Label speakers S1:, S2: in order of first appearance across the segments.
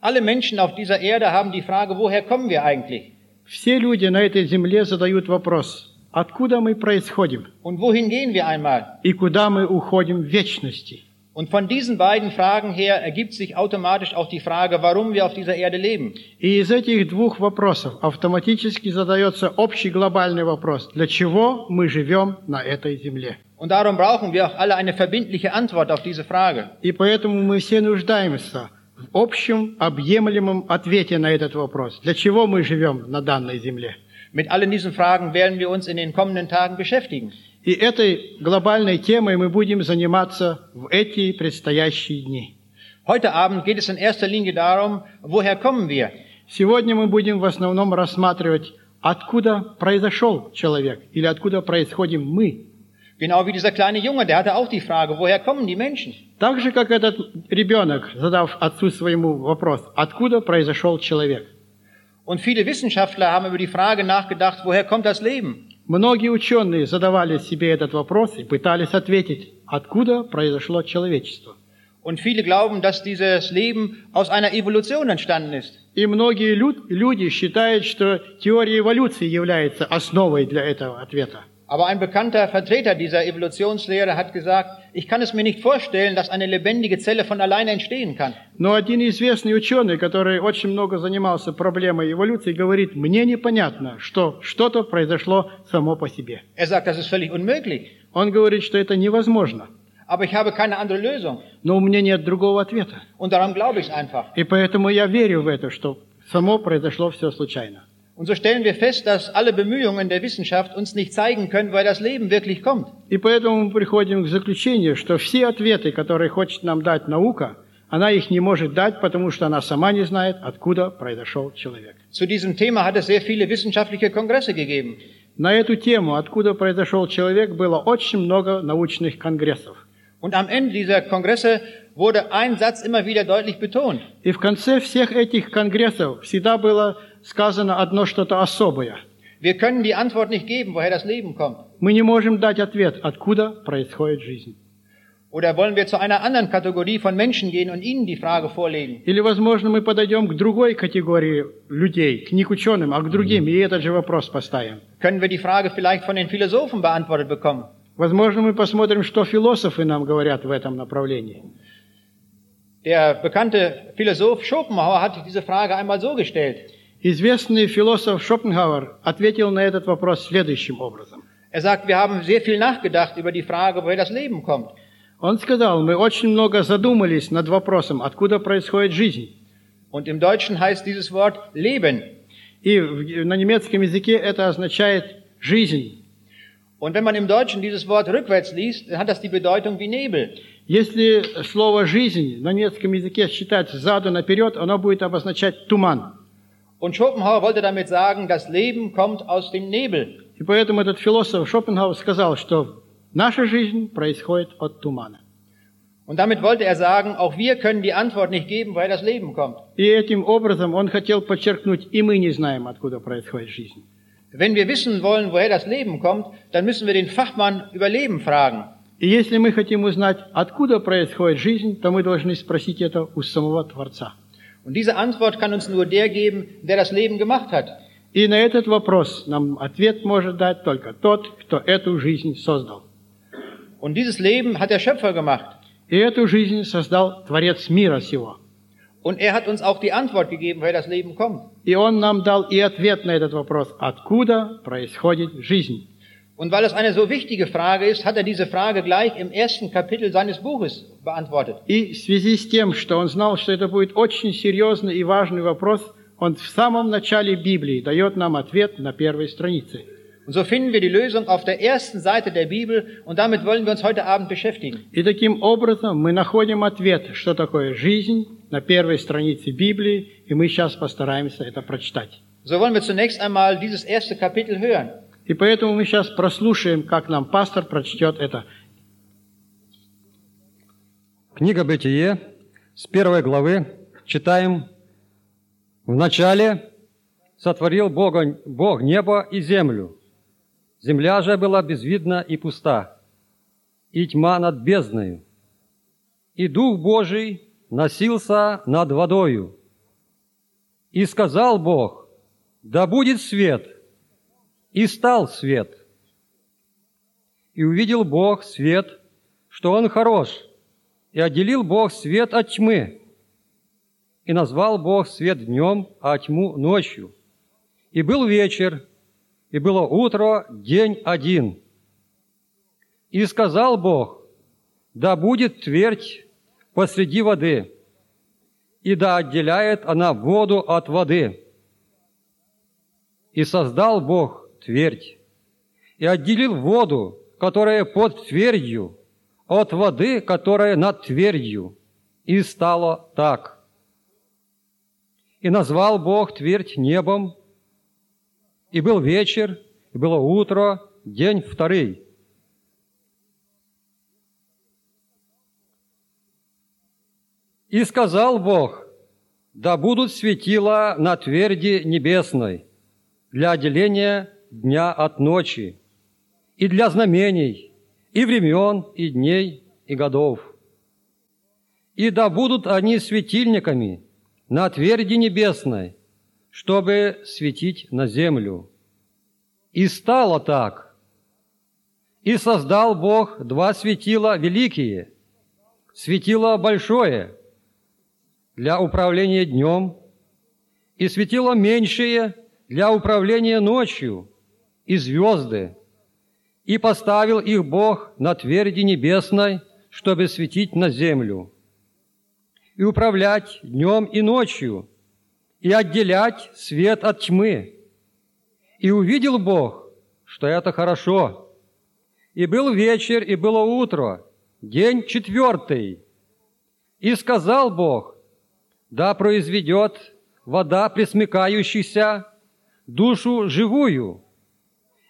S1: Alle Menschen auf dieser Erde haben die Frage, woher kommen wir eigentlich
S2: Все люди на этой земле задают вопрос, откуда мы происходим
S1: und wohin gehen wir einmal?
S2: и куда мы уходим в вечности.
S1: Und von diesen beiden Fragen her ergibt sich automatisch auch die Frage, warum wir auf dieser Erde leben.
S2: И из этих двух вопросов автоматически задается общий глобальный вопрос, для чего мы живем на этой земле.
S1: Und darum brauchen wir auch alle eine verbindliche Antwort auf diese Frage.
S2: И поэтому мы все нуждаемся в общем объемлемом ответе на этот вопрос, для чего мы живем на данной земле.
S1: Mit allen diesen Fragen werden wir uns in den kommenden Tagen beschäftigen.
S2: И этой глобальной темой мы будем заниматься в эти предстоящие дни.
S1: Heute Abend geht es in erster Linie darum, woher kommen wir?
S2: Сегодня мы будем в основном рассматривать, откуда произошел человек или откуда происходим мы.
S1: Genau wie dieser kleine Junge, der hatte auch die Frage, woher kommen die Menschen?
S2: Так же, как этот ребенок, задав отцу своему вопрос, откуда произошел человек.
S1: Und viele Wissenschaftler haben über die Frage nachgedacht, woher kommt das Leben?
S2: Многие ученые задавали себе этот вопрос и пытались ответить, откуда произошло человечество.
S1: Und viele glauben, dass dieses Leben aus einer Evolution entstanden ist.
S2: И многие лю- люди считают, что теория эволюции является основой для этого ответа.
S1: Aber ein bekannter Vertreter dieser Evolutionslehre hat gesagt, ich kann es mir nicht vorstellen, dass eine lebendige Zelle von alleine entstehen kann.
S2: Но один известный ученый, который очень много занимался проблемой эволюции, говорит, мне непонятно, что что-то произошло само по себе.
S1: Er sagt, das ist völlig unmöglich.
S2: Он говорит, что это невозможно,
S1: Aber ich habe keine andere Lösung.
S2: но у меня нет другого ответа.
S1: Und daran glaube ich einfach.
S2: И поэтому я верю в это, что само произошло все случайно.
S1: Und so stellen wir fest, dass alle Bemühungen der Wissenschaft uns nicht zeigen können, woher das Leben wirklich kommt.
S2: И поэтому мы приходим к заключению, что все ответы, которые хочет нам дать наука, она их не может дать, потому что она сама не знает, откуда произошел человек.
S1: Zu diesem Thema hat es sehr viele wissenschaftliche Kongresse gegeben.
S2: На эту тему, откуда произошел человек, было очень много naучных конгрессов.
S1: Und am Ende dieser Kongresse wurde ein Satz immer wieder deutlich betont.
S2: И в конце всех этих конгрессов всегда было сказано одно что-то особое.
S1: Wir können die Antwort nicht geben, woher das Leben kommt.
S2: Мы не можем дать ответ, откуда происходит жизнь.
S1: Oder wollen wir zu einer anderen Kategorie von Menschen gehen und ihnen die Frage vorlegen?
S2: Или, возможно, мы подойдем к другой категории людей, к не к ученым, а к другим, и этот же вопрос поставим.
S1: Können wir die Frage vielleicht von den Philosophen beantwortet bekommen?
S2: Возможно, мы посмотрим, что философы нам говорят в этом направлении.
S1: Der bekannte Philosoph Schopenhauer hat diese Frage einmal so gestellt.
S2: Известный философ Шопенгауэр ответил на этот вопрос следующим образом.
S1: Er sagt, wir haben sehr viel nachgedacht über die Frage, woher das Leben kommt.
S2: Он сказал, мы очень много задумались над вопросом, откуда происходит жизнь.
S1: Und im Deutschen heißt dieses Wort Leben.
S2: И в- на немецком языке это означает «жизнь».
S1: Und wenn man im Deutschen dieses Wort rückwärts liest, dann hat das die Bedeutung wie Nebel.
S2: Если слово «жизнь» на немецком языке считать сзаду наперед, оно будет обозначать «туман».
S1: Und Schopenhauer wollte damit sagen, das Leben kommt aus dem Nebel.
S2: И поэтому этот философ Шопенгауэр сказал, что наша жизнь происходит от тумана.
S1: Und damit wollte er sagen, auch wir können die Antwort nicht geben, woher das Leben kommt.
S2: И этим образом он хотел подчеркнуть, и мы не знаем, откуда происходит жизнь.
S1: Wenn wir wissen wollen, woher das Leben kommt, dann müssen wir den Fachmann über Leben fragen.
S2: И если мы хотим узнать, откуда происходит жизнь, то мы должны спросить это у самого Творца.
S1: Und diese Antwort kann uns nur der geben, der das Leben gemacht hat.
S2: И на этот вопрос нам ответ может дать только тот, кто эту жизнь создал.
S1: Und dieses Leben hat der Schöpfer gemacht.
S2: И эту жизнь создал Творец мира сего.
S1: Und er hat uns auch die Antwort gegeben, woher das Leben kommt.
S2: И он нам дал и ответ на этот вопрос, откуда происходит жизнь.
S1: Und weil es eine so wichtige Frage ist, hat er diese Frage gleich im ersten Kapitel seines Buches beantwortet.
S2: И в связи с тем, что он знал, что это будет очень серьезный и важный вопрос, он в самом начале Библии дает нам ответ на первой странице.
S1: Und so finden wir die Lösung auf der ersten Seite der Bibel und damit wollen wir uns heute Abend beschäftigen.
S2: И таким образом мы находим ответ, что такое жизнь, на первой странице Библии, и мы сейчас постараемся это прочитать.
S1: So wollen wir zunächst einmal dieses erste Kapitel hören.
S2: И поэтому мы сейчас прослушаем, как нам пастор прочтет это.
S3: Книга Бытие, с первой главы, читаем «Вначале сотворил Бога, Бог небо и землю. Земля же была безвидна и пуста, и тьма над бездною. И Дух Божий носился над водою, И сказал Бог, да будет свет, и стал свет. И увидел Бог свет, что он хорош, и отделил Бог свет от тьмы, и назвал Бог свет днем, а тьму ночью. И был вечер, и было утро, день один. И сказал Бог, да будет твердь посреди воды, и да отделяет она воду от воды. И создал Бог твердь, и отделил воду, которая под твердью, от воды, которая над твердью, и стало так. И назвал Бог твердь небом, и был вечер, и было утро, день второй. И сказал Бог, да будут светила на тверди небесной для отделения дня от ночи, и для знамений, и времен, и дней, и годов. И да будут они светильниками на тверди небесной, чтобы светить на землю. И стало так. И создал Бог два светила великие, светило большое для управления днем и светило меньшее для управления ночью и звезды. И поставил их Бог на тверди небесной, чтобы светить на землю и управлять днем и ночью – и отделять свет от тьмы. И увидел Бог, что это хорошо. И был вечер, и было утро, день четвертый. И сказал Бог, да произведет вода пресмыкающийся душу живую,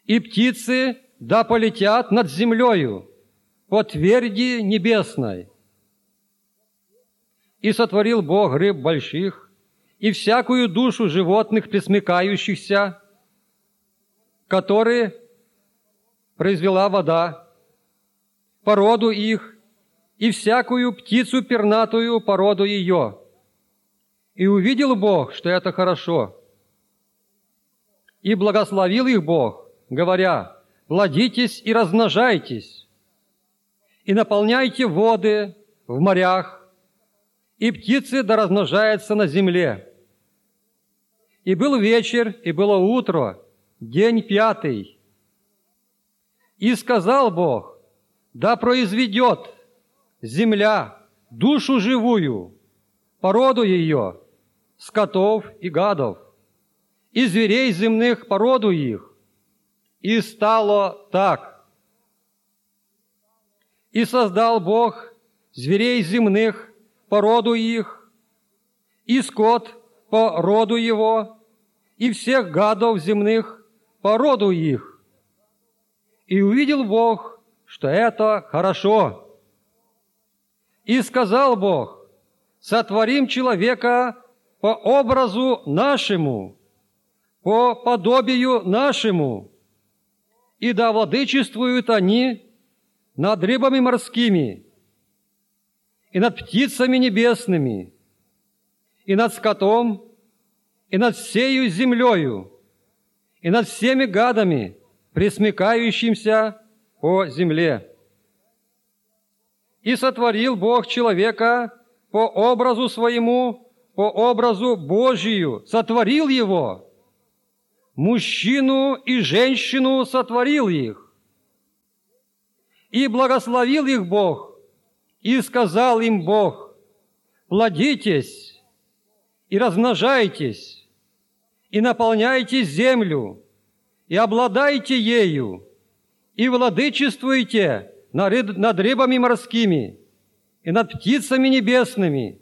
S3: и птицы да полетят над землею по тверди небесной. И сотворил Бог рыб больших, и всякую душу животных, пресмыкающихся, которые произвела вода, породу их, и всякую птицу пернатую породу ее. И увидел Бог, что это хорошо. И благословил их Бог, говоря, «Плодитесь и размножайтесь, и наполняйте воды в морях, и птицы да размножаются на земле». И был вечер, и было утро, день пятый. И сказал Бог, да произведет земля душу живую, породу ее, скотов и гадов, и зверей земных породу их. И стало так. И создал Бог зверей земных породу их, и скот по роду его, и всех гадов земных по роду их. И увидел Бог, что это хорошо. И сказал Бог, сотворим человека по образу нашему, по подобию нашему, и да владычествуют они над рыбами морскими, и над птицами небесными, и над скотом, и над всею землею, и над всеми гадами, пресмекающимся по земле. И сотворил Бог человека по образу своему, по образу Божию, сотворил его. Мужчину и женщину сотворил их. И благословил их Бог, и сказал им Бог, «Плодитесь, и размножайтесь, и наполняйте землю, и обладайте ею, и владычествуйте над рыбами морскими, и над птицами небесными,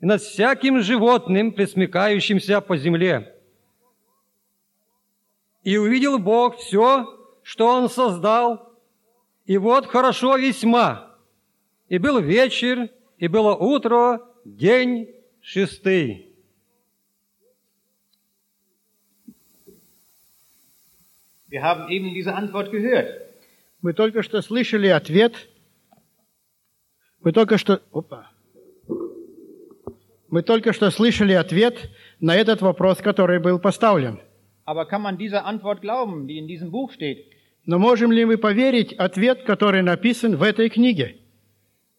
S3: и над всяким животным, пресмыкающимся по земле. И увидел Бог все, что Он создал, и вот хорошо весьма. И был вечер, и было утро, день шестый.
S1: Wir haben eben diese Antwort gehört.
S2: Мы только что слышали ответ. Мы только что... Опа. Мы Мы только что слышали ответ на этот вопрос, который был поставлен.
S1: Aber kann man dieser Antwort glauben, die in diesem Buch steht?
S2: Но можем ли мы поверить ответ, который написан в этой книге?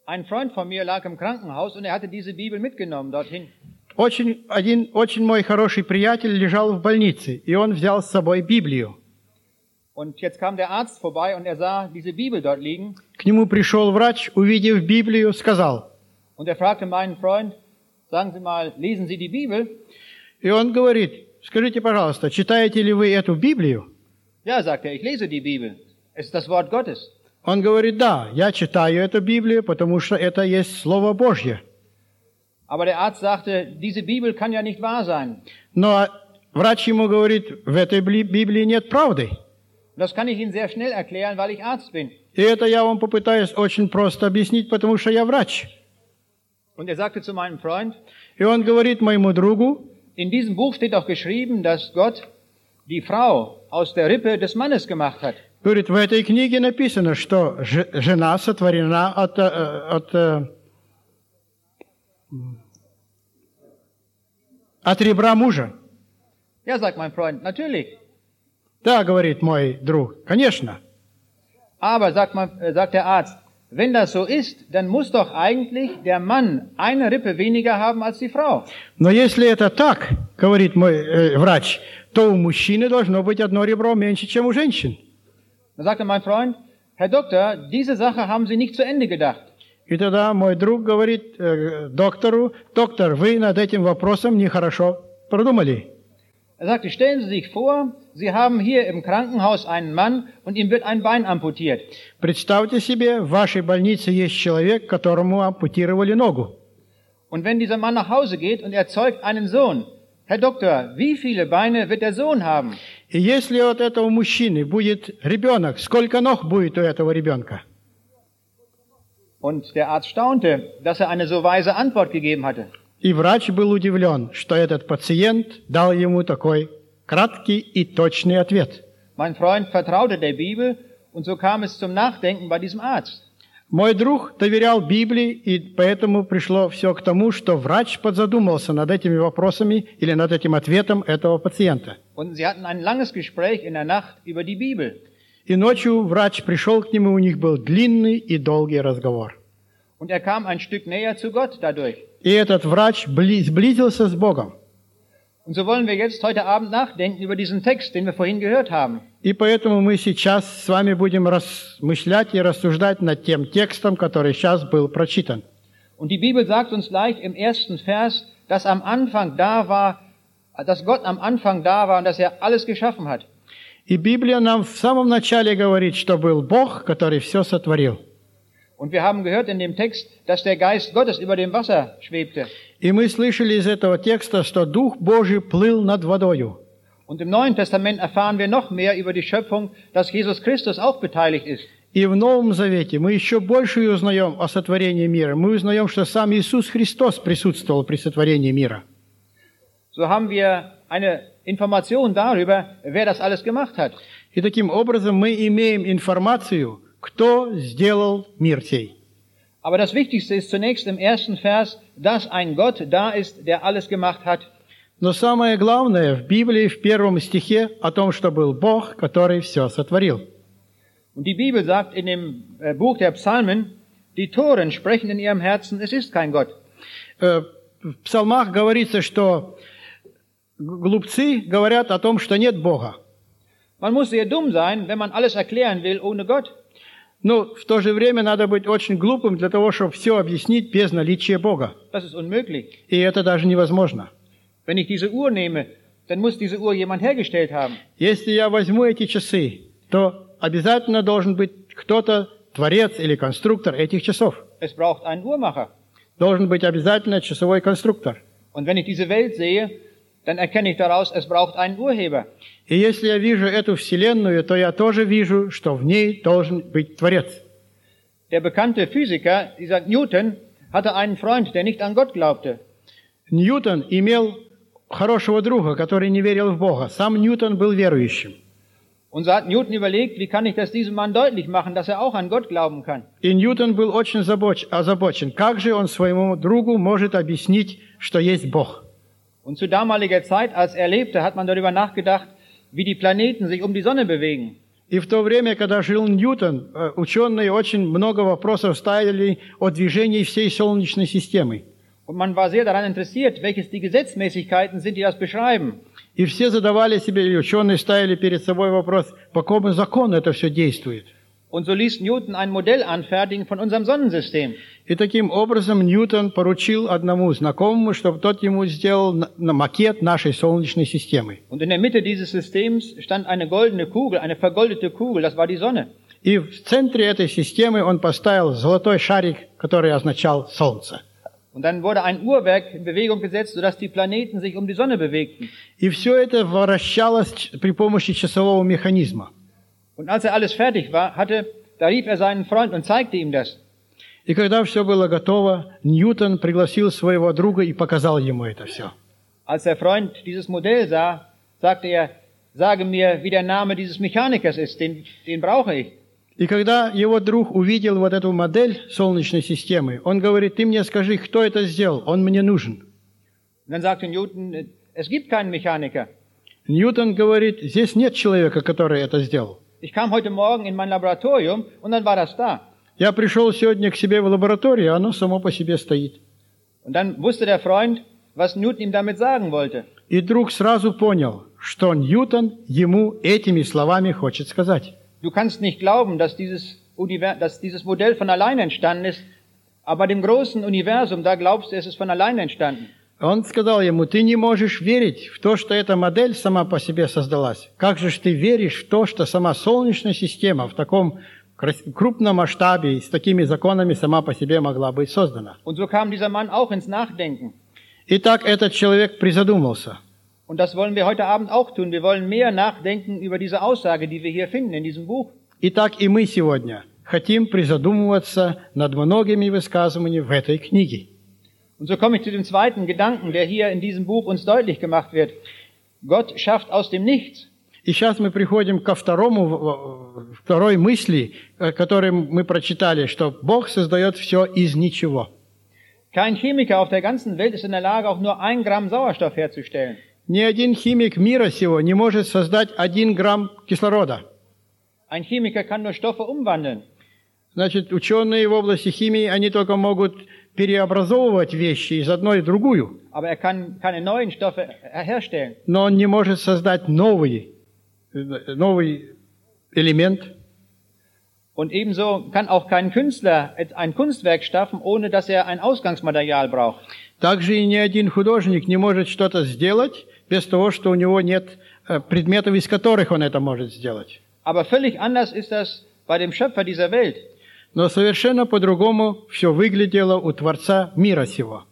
S1: Ein Freund von mir lag im Krankenhaus und er hatte diese Bibel mitgenommen dorthin.
S2: Очень, один очень мой хороший приятель лежал в больнице, и он взял с собой Библию.
S1: Und jetzt kam der Arzt vorbei und er sah diese Bibel dort liegen
S2: К нему пришел врач, увидев Библию, сказал.
S1: und er fragte meinen Freund, sagen Sie mal, lesen Sie die Bibel?
S2: И он говорит, скажите, пожалуйста, читаете ли вы эту Библию?
S1: Ja, sagt er, ich lese die Bibel. Es ist das Wort Gottes.
S2: Он говорит, да, я читаю эту Библию, потому что это есть Слово Божье.
S1: Aber der Arzt sagte, diese Bibel kann ja nicht wahr sein.
S2: Но врач ему говорит, в этой бли- Библии нет правды.
S1: Und das kann ich Ihnen sehr schnell erklären, weil ich Arzt bin.
S2: И это я вам попытаюсь очень просто объяснить, потому что я врач.
S1: Und er sagte zu meinem Freund,
S2: И он говорит моему другу,
S1: in diesem Buch steht auch geschrieben, dass Gott die Frau aus der Rippe des Mannes gemacht hat.
S2: говорит, в этой книге написано, что же- жена сотворена от, э, э, от, э, м, от ребра мужа.
S1: Ja, sagt mein Freund, natürlich.
S2: Да, говорит мой друг, конечно.
S1: Aber, sagt, mein, äh, sagt der Arzt, wenn das so ist, dann muss doch eigentlich der Mann eine Rippe weniger haben als die Frau.
S2: Но если это так, говорит мой э, врач, то у мужчины должно быть одно ребро меньше, чем у женщин.
S1: Dann sagte mein Freund, Herr Doktor, diese Sache haben Sie nicht zu Ende gedacht.
S2: И тогда мой друг говорит э, доктору, доктор, вы над этим вопросом нехорошо продумали.
S1: Er sagte, stellen Sie sich vor, Sie haben hier im Krankenhaus einen Mann und ihm wird ein Bein amputiert.
S2: Представьте себе, в вашей больнице есть человек, которому ампутировали ногу.
S1: Und wenn dieser Mann nach Hause geht und erzeugt einen Sohn, Herr Doktor, wie viele Beine wird der Sohn haben?
S2: И если от этого мужчины будет ребенок, сколько ног будет у этого ребенка?
S1: Und der Arzt staunte, dass er eine so weise Antwort gegeben hatte.
S2: И врач был удивлен, что этот пациент дал ему такой краткий и точный ответ.
S1: Mein Freund vertraute der Bibel und so kam es zum Nachdenken bei diesem Arzt.
S2: Мой друг доверял Библии, и поэтому пришло все к тому, что врач подзадумался над этими вопросами или над этим ответом этого пациента.
S1: Und sie hatten ein langes Gespräch in der Nacht über die Bibel.
S2: И ночью врач пришел к нему, у них был длинный и долгий разговор.
S1: Und er kam ein Stück näher zu Gott dadurch.
S2: И этот врач бли- сблизился с Богом.
S1: Und so wollen wir jetzt heute Abend nachdenken über diesen Text, den wir vorhin gehört haben.
S2: И поэтому мы сейчас с вами будем размышлять и рассуждать над тем текстом, который сейчас был прочитан.
S1: Und die Bibel sagt uns gleich im ersten Vers, dass am Anfang da war, dass Gott am Anfang da war und dass er alles geschaffen hat.
S2: И Библия нам в самом начале говорит, что был Бог, который все сотворил.
S1: Und wir haben gehört in dem Text, dass der Geist Gottes über dem Wasser schwebte.
S2: И мы слышали из этого текста, что Дух Божий плыл над водою.
S1: Und im Neuen Testament erfahren wir noch mehr über die Schöpfung, dass Jesus Christus auch beteiligt ist.
S2: И в Новом Завете мы еще больше узнаем о сотворении мира. Мы узнаем, что сам Иисус Христос присутствовал при сотворении мира.
S1: So haben wir eine Information darüber, wer das alles gemacht hat.
S2: И таким образом мы имеем информацию, кто сделал мир сей.
S1: Aber das Wichtigste ist zunächst im ersten Vers, dass ein Gott da ist, der alles gemacht hat.
S2: Но самое главное в Библии в первом стихе о том, что был Бог, который все сотворил.
S1: Und die Bibel sagt in dem äh, Buch der Psalmen, die Toren sprechen in ihrem Herzen, es ist kein Gott.
S2: Э, В псалмах говорится, что глупцы говорят о том, что нет Бога.
S1: Man muss sehr dumm sein, wenn man alles erklären will ohne Gott.
S2: Но Ну, в то же время надо быть очень глупым для того, чтобы все объяснить без наличия Бога.
S1: Das ist unmöglich.
S2: И это даже невозможно.
S1: Wenn ich diese Uhr nehme, dann muss diese Uhr jemand hergestellt haben.
S2: Если я возьму эти часы, то обязательно должен быть кто-то, творец или конструктор этих часов.
S1: Es braucht einen Uhrmacher.
S2: Должен быть обязательно часовой конструктор.
S1: Und wenn ich diese Welt sehe, dann erkenne ich daraus, es braucht einen Urheber.
S2: И если я вижу эту вселенную, то я тоже вижу, что в ней должен быть творец.
S1: Der bekannte Physiker Isaac Newton hatte einen Freund, der nicht an Gott glaubte.
S2: Ньютон имел хорошего друга, который не верил в Бога. Сам Ньютон был верующим.
S1: Und so hat Newton überlegt, wie kann ich das diesem Mann deutlich machen, dass er auch an Gott glauben kann.
S2: И Ньютон был очень забоч- озабочен, как же он своему другу может объяснить, что есть Бог.
S1: Und zu damaliger Zeit, als er lebte, hat man darüber nachgedacht, wie die Planeten sich um die Sonne bewegen.
S2: И в то время, когда жил Ньютон, э, ученые очень много вопросов ставили о движении всей Солнечной системы.
S1: Und man war sehr daran interessiert, welches die Gesetzmäßigkeiten sind, die das beschreiben.
S2: И все задавали себе, и ученые ставили перед собой вопрос, по какому закону это все действует.
S1: Und so ließ Newton ein Modell anfertigen von unserem Sonnensystem.
S2: И таким образом Ньютон поручил одному знакомому, чтобы тот ему сделал на- на макет нашей Солнечной системы.
S1: Und in der Mitte dieses Systems stand eine goldene Kugel, eine vergoldete Kugel, das war die Sonne.
S2: И в центре этой системы он поставил золотой шарик, который означал Солнце.
S1: Und dann wurde ein Uhrwerk in Bewegung gesetzt, sodass die Planeten sich um die Sonne bewegten.
S2: И все это вращалось ч- при помощи часового механизма.
S1: Und als er alles fertig war, hatte, da rief er seinen Freund und zeigte ihm das.
S2: И когда все было готово, Ньютон пригласил своего друга и показал ему это все.
S1: Als der Freund dieses Modell sah, sagte er, sage mir, wie der Name dieses Mechanikers ist, den, den brauche ich.
S2: И когда его друг увидел вот эту модель Солнечной системы, он говорит, ты мне скажи, кто это сделал, он мне нужен.
S1: Und dann sagte Newton, es gibt keinen Mechaniker.
S2: Ньютон говорит, здесь нет человека, который это сделал.
S1: Ich kam heute Morgen in mein Laboratorium und dann war das da.
S2: Я пришел сегодня к себе в лабораторию, а оно само по себе стоит.
S1: Und dann wusste der Freund, was Newton ihm damit sagen wollte.
S2: И друг сразу понял, что Ньютон ему этими словами хочет сказать.
S1: Du kannst nicht glauben, dass dieses, Univer dass dieses Modell von allein entstanden ist, aber dem großen Universum, da glaubst du, es ist von allein entstanden.
S2: Он сказал ему, ты не можешь верить в то, что эта модель сама по себе создалась. Как же ж ты веришь в то, что сама Солнечная система в таком крас- крупном масштабе и с такими законами сама по себе могла быть создана?
S1: Und so kam dieser Mann auch ins Nachdenken.
S2: Итак, этот человек призадумался.
S1: Und das wollen wir heute Abend auch tun. Wir wollen mehr nachdenken über diese Aussage, die wir hier finden in diesem Buch.
S2: Итак, и мы сегодня хотим призадумываться над многими высказываниями в этой книге.
S1: Und so komme ich zu dem zweiten Gedanken, der hier in diesem Buch uns deutlich gemacht wird. Gott schafft aus dem Nichts.
S2: И сейчас мы приходим ко второму, в- в- второй мысли, э, которую мы прочитали, что Бог создает все из ничего.
S1: Kein Chemiker auf der ganzen Welt ist in der Lage, auch nur ein Gramm Sauerstoff herzustellen.
S2: Ни один химик мира сего не может создать один грамм кислорода.
S1: Ein Chemiker kann nur Stoffe umwandeln.
S2: Значит, ученые в области химии, они только могут переобразовывать вещи из одной в другую,
S1: Aber er kann keine neuen Stoffe her- herstellen.
S2: но он не может создать новый, э, новый элемент.
S1: Und ebenso kann auch kein Künstler et- ein Kunstwerk schaffen, ohne dass er ein Ausgangsmaterial braucht.
S2: Также и ни один художник не может что-то сделать без того, что у него нет э, предметов, из которых он это может сделать.
S1: Aber völlig anders ist das bei dem Schöpfer dieser Welt.
S2: Но совершенно по-другому все выглядело у Творца мира сего.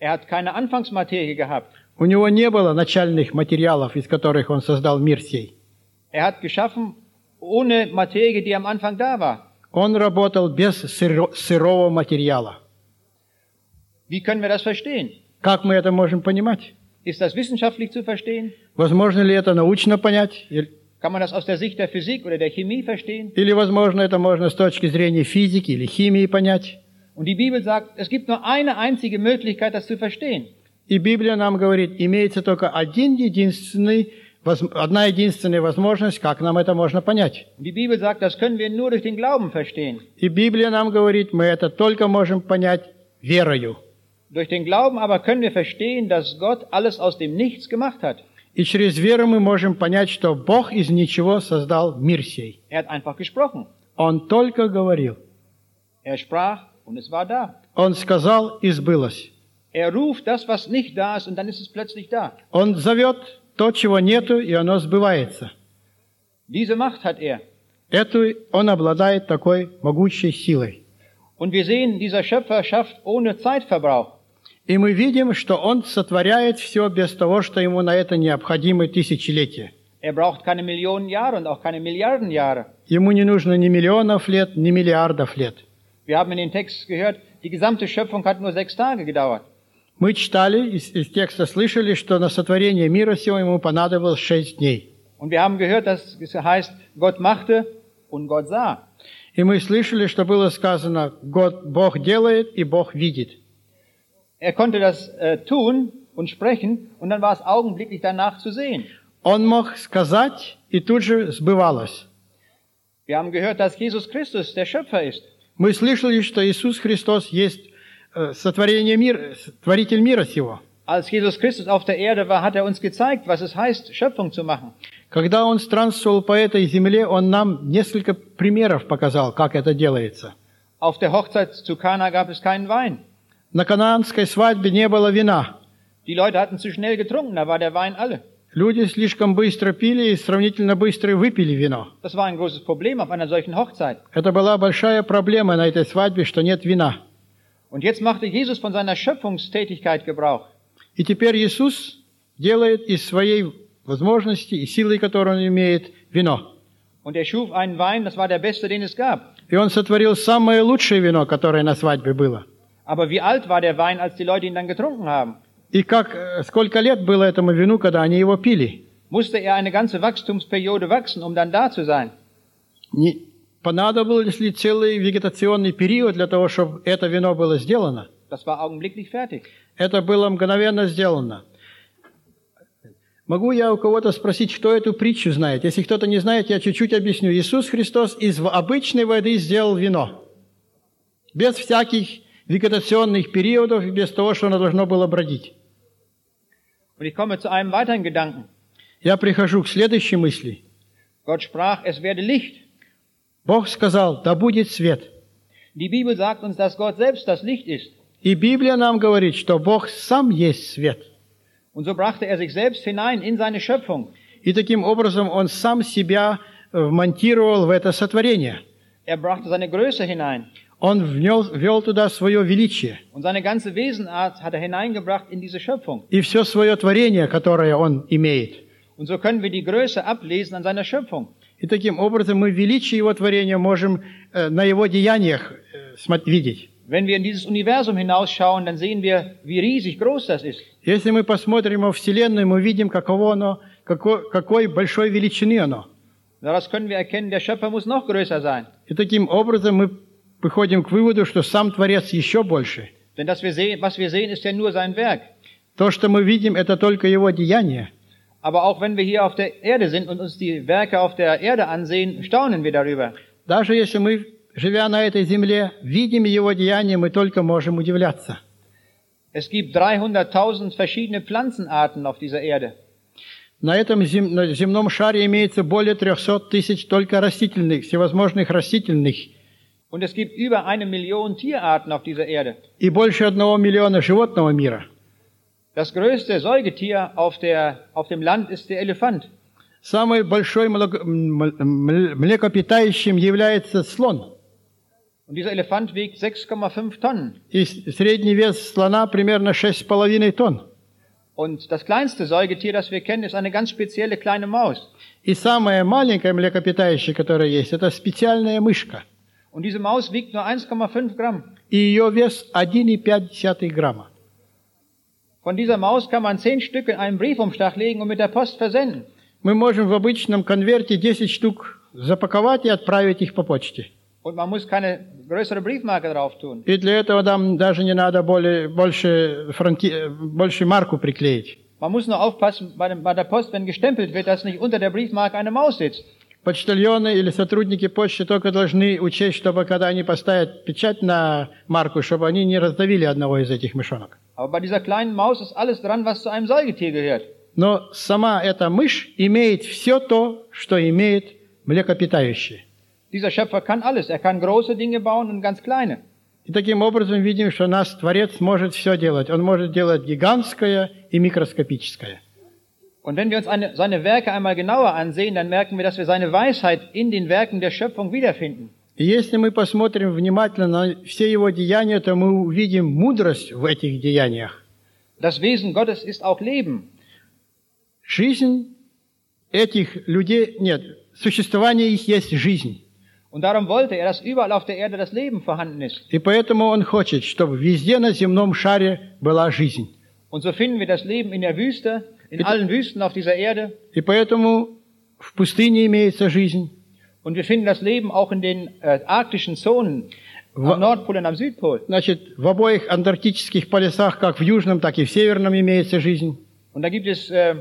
S1: Er hat keine Anfangsmaterie gehabt.
S2: У него не было начальных материалов, из которых он создал мир сей.
S1: Er hat geschaffen ohne Materie, die am Anfang da war.
S2: Он работал без сыро- сырого материала.
S1: Wie können wir das verstehen?
S2: Как мы это можем понимать?
S1: Ist das wissenschaftlich zu verstehen?
S2: Возможно ли это научно понять? Или-
S1: Kann man das aus der Sicht der Physik oder der Chemie verstehen?
S2: Или, возможно, это можно с точки зрения физики или химии понять?
S1: Und die Bibel sagt, es gibt nur eine einzige Möglichkeit, das zu verstehen.
S2: И Библия нам говорит, имеется только один единственный, воз- одна единственная возможность, как нам это можно понять.
S1: Und die Bibel sagt, das können wir nur durch den Glauben verstehen.
S2: И Библия нам говорит, мы это только можем понять верою.
S1: Durch den Glauben aber können wir verstehen, dass Gott alles aus dem Nichts gemacht hat.
S2: И через веру мы можем понять, что Бог из ничего создал мир сей.
S1: Er hat einfach gesprochen.
S2: Он только говорил.
S1: Er sprach und es war da.
S2: Он сказал и сбылось.
S1: Er ruft das, was nicht da ist, und dann ist es plötzlich da.
S2: Он зовет то, чего нету, и оно сбывается.
S1: Diese Macht hat er.
S2: Эту он обладает такой могучей силой.
S1: Und wir sehen, dieser Schöpfer schafft ohne Zeitverbrauch.
S2: И мы видим, что он сотворяет все без того, что ему на это необходимы тысячелетия.
S1: Er braucht keine Millionen Jahre und auch keine Milliarden Jahre.
S2: Ему не нужно ни миллионов лет, ни миллиардов лет.
S1: Wir haben in den Text gehört, die gesamte Schöpfung hat nur sechs Tage gedauert.
S2: Мы читали, из, из текста слышали, что на сотворение мира всего ему понадобилось шесть дней.
S1: Und Und wir haben gehört, dass es heißt, Gott machte und Gott sah.
S2: И мы слышали, что было сказано, «Год- Бог делает и Бог видит.
S1: Er konnte das äh, tun und sprechen und dann war es augenblicklich danach zu sehen.
S2: Он мог сказать, и тут же сбывалось.
S1: Wir haben gehört, dass Jesus Christus der Schöpfer ist.
S2: Мы слышали, что Иисус Христос есть э, сотворение мира, с- творитель мира сего.
S1: Als Jesus Christus auf der Erde war, hat er uns gezeigt, was es heißt, Schöpfung zu machen.
S2: Когда Он странствовал по этой земле, Он нам несколько примеров показал, как это делается.
S1: Auf der Hochzeit zu Kana gab es keinen Wein.
S2: На канаанской свадьбе не было вина.
S1: Die Leute hatten zu schnell getrunken, da war der Wein alle.
S2: Люди слишком быстро пили и сравнительно быстро и выпили вино.
S1: Das war ein großes Problem auf einer solchen Hochzeit.
S2: Это была большая проблема на этой свадьбе, что нет вина.
S1: Und jetzt machte Jesus von seiner Schöpfungstätigkeit Gebrauch.
S2: И теперь Иисус делает из своей возможности и силы, которую он имеет, вино.
S1: Und er schuf einen Wein, das war der beste, den es gab.
S2: И он сотворил самое лучшее вино, которое на свадьбе было.
S1: Aber wie alt war der Wein, als die Leute ihn dann getrunken haben?
S2: И как, э, сколько лет было этому вину, когда они его пили?
S1: Musste er eine ganze Wachstumsperiode wachsen, um dann da zu sein?
S2: Не понадобилось ли целый вегетационный период для того, чтобы это вино было сделано?
S1: Das war augenblicklich fertig.
S2: Это было мгновенно сделано. Могу я у кого-то спросить, кто эту притчу знает? Если кто-то не знает, я чуть-чуть объясню. Иисус Христос из в- обычной воды сделал вино. Без всяких вегетационных периодов и без того, что оно должно было бродить.
S1: Und ich komme zu einem weiteren Gedanken.
S2: Я прихожу к следующей мысли.
S1: Gott sprach, es werde Licht.
S2: Бог сказал, да будет свет.
S1: Die Bibel sagt uns, dass Gott selbst das Licht ist.
S2: И Библия нам говорит, что Бог сам есть свет.
S1: Und so brachte er sich selbst hinein in seine Schöpfung.
S2: И таким образом Он сам себя э, вмонтировал в это сотворение.
S1: Er brachte seine Größe hinein.
S2: Он внел- ввел туда свое величие.
S1: Und seine ganze Wesenart hat er hineingebracht in diese Schöpfung.
S2: и все свое творение, которое он имеет.
S1: Und so können wir die Größe ablesen an seiner Schöpfung.
S2: И таким образом мы величие его творения можем э, на его деяниях э, смо- видеть.
S1: Wenn wir in dieses Universum hinausschauen, dann sehen wir, wie riesig groß das ist.
S2: Если мы посмотрим во Вселенную, мы видим, каково оно, како- какой большой величины оно.
S1: Daraus können wir erkennen, der Schöpfer muss noch größer sein.
S2: И таким образом мы приходим к выводу, что сам Творец еще больше.
S1: Denn das wir sehen, was wir sehen, ist ja nur sein Werk.
S2: То, что мы видим, это только его деяние.
S1: Aber auch wenn wir hier auf der Erde sind und uns die Werke auf der Erde ansehen, staunen wir darüber.
S2: Даже если мы, живя на этой земле, видим его деяния, мы только можем удивляться.
S1: Es gibt 300.000 verschiedene Pflanzenarten auf dieser Erde.
S2: На этом зем- на земном шаре имеется более 300 тысяч только растительных, всевозможных растительных,
S1: Und es gibt über eine Million Tierarten auf dieser Erde.
S2: и больше одного миллиона животного мира.
S1: Das größte Säugetier auf, der, auf dem Land ist der Elefant.
S2: Самый большой молоко- м- м- млекопитающим является слон.
S1: Und dieser Elefant wiegt 6,5 Tonnen.
S2: И с- средний вес слона примерно 6,5 тонн.
S1: Und das kleinste Säugetier, das wir kennen, ist eine ganz spezielle kleine Maus.
S2: И самое маленькое млекопитающее, которое есть, это специальная мышка.
S1: Und diese Maus wiegt nur 1,5 Gramm.
S2: И ее вес 1,5 грамма.
S1: Von dieser Maus kann man 10 Stück in einen Briefumschlag legen und mit der Post versenden.
S2: Мы можем в обычном конверте 10 штук запаковать и отправить их по почте.
S1: Und man muss keine größere Briefmarke drauf tun.
S2: И для этого нам даже не надо более, больше, фронти- э, больше марку приклеить.
S1: Man muss nur aufpassen bei, dem, bei der Post, wenn gestempelt wird, dass nicht unter der Briefmarke eine Maus sitzt.
S2: Почтальоны или сотрудники почты только должны учесть, чтобы когда они поставят печать на марку, чтобы они не раздавили одного из этих мышонок.
S1: Aber bei dieser kleinen Maus ist alles dran, was zu einem Säugetier gehört.
S2: Но сама эта мышь имеет все то, что имеет млекопитающее.
S1: Dieser Schöpfer kann alles. Er kann große Dinge bauen und ganz kleine.
S2: И таким образом видим, что наш Творец может все делать. Он может делать гигантское и микроскопическое.
S1: Und wenn wir uns eine, seine Werke einmal genauer ansehen, dann merken wir, dass wir seine Weisheit in den Werken der Schöpfung wiederfinden.
S2: И если мы посмотрим внимательно на все его деяния, то мы увидим мудрость в этих деяниях.
S1: Das Wesen Gottes ist auch Leben.
S2: Жизнь этих людей, нет, существование их есть жизнь.
S1: Und darum wollte er, dass überall auf der Erde das Leben vorhanden ist.
S2: И поэтому он хочет, чтобы везде на земном шаре была жизнь.
S1: Und so finden wir das Leben in der Wüste, in
S2: Bitte?
S1: allen Wüsten auf dieser Erde,
S2: И поэтому в пустыне имеется жизнь,
S1: Und wir finden das Leben auch in den äh, arktischen Zonen,
S2: Wa-
S1: am Nordpol und am Südpol.
S2: значит, в обоих антарктических полюсах, как в южном, так и в северном имеется жизнь,
S1: Und da gibt es äh,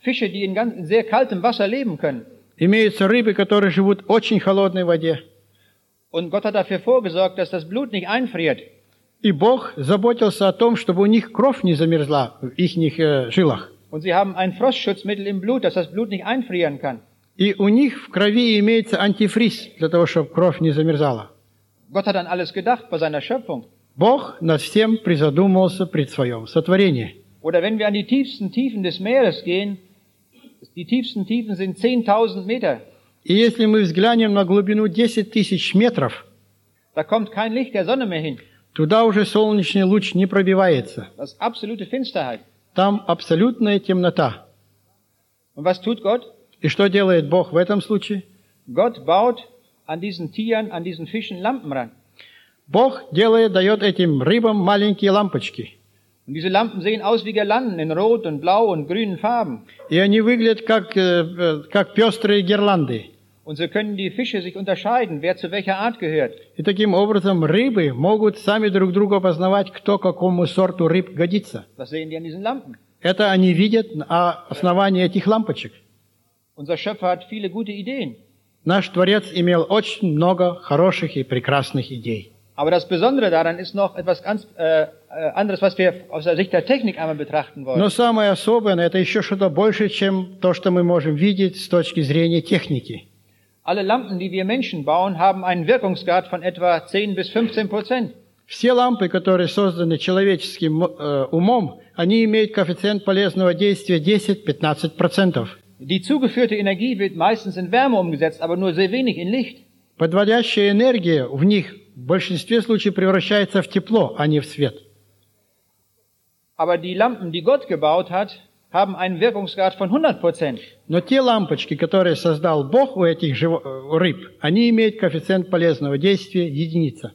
S1: Fische, die in ganz in sehr kaltem Wasser leben können.
S2: имеются рыбы, которые живут в очень холодной воде.
S1: Und Gott hat dafür vorgesorgt, dass das Blut nicht einfriert.
S2: И Бог заботился о том, чтобы у них кровь не замерзла в их жилах.
S1: Und sie haben ein Frostschutzmittel im Blut, dass das Blut nicht einfrieren kann.
S2: И у них в крови имеется антифриз, для того, чтобы кровь не замерзала.
S1: Gott hat an alles gedacht bei seiner Schöpfung.
S2: Бог над всем призадумывался при своем сотворении.
S1: Oder wenn wir an die tiefsten Tiefen des Meeres gehen, die tiefsten Tiefen sind 10.000 Meter.
S2: И если мы взглянем на глубину 10 тысяч метров,
S1: Da kommt kein Licht der Sonne mehr hin.
S2: туда уже солнечный луч не пробивается.
S1: Das ist absolute Finsterheit.
S2: Там абсолютная темнота.
S1: Und was tut Gott?
S2: И что делает Бог в этом случае?
S1: Gott baut an diesen Tieren, an diesen Fischen Lampen ran.
S2: Бог делает, дает этим рыбам маленькие лампочки.
S1: Und diese Lampen sehen aus wie Girlanden in rot und blau und grünen Farben.
S2: И они выглядят как, э, э, как пестрые гирланды.
S1: Und so können die Fische sich unterscheiden, wer zu welcher Art gehört.
S2: И таким образом рыбы могут сами друг друга познавать, кто какому сорту рыб годится.
S1: Das sehen die an diesen Lampen.
S2: Это они видят на основании этих лампочек.
S1: Unser Schöpfer hat viele gute Ideen.
S2: Наш Творец имел очень много хороших и прекрасных идей.
S1: Aber das Besondere daran ist noch etwas ganz äh, äh, anderes, was wir aus der Sicht der Technik einmal betrachten wollen.
S2: Но самое особенное – это еще что-то больше, чем то, что мы можем видеть с точки зрения техники.
S1: Alle Lampen, die wir Menschen bauen, haben einen Wirkungsgrad von etwa 10 bis 15 Prozent.
S2: Все лампы, которые созданы человеческим э, умом, они имеют коэффициент полезного действия 10-15%.
S1: Die zugeführte Energie wird meistens in Wärme umgesetzt, aber nur sehr wenig in Licht.
S2: Подводящая энергия в них в большинстве случаев превращается в тепло, а не в свет.
S1: Aber die Lampen, die Gott gebaut hat, haben einen Wirkungsgrad von 100 Prozent.
S2: Но те лампочки, которые создал Бог у этих живо- э, у рыб, они имеют коэффициент полезного действия единица.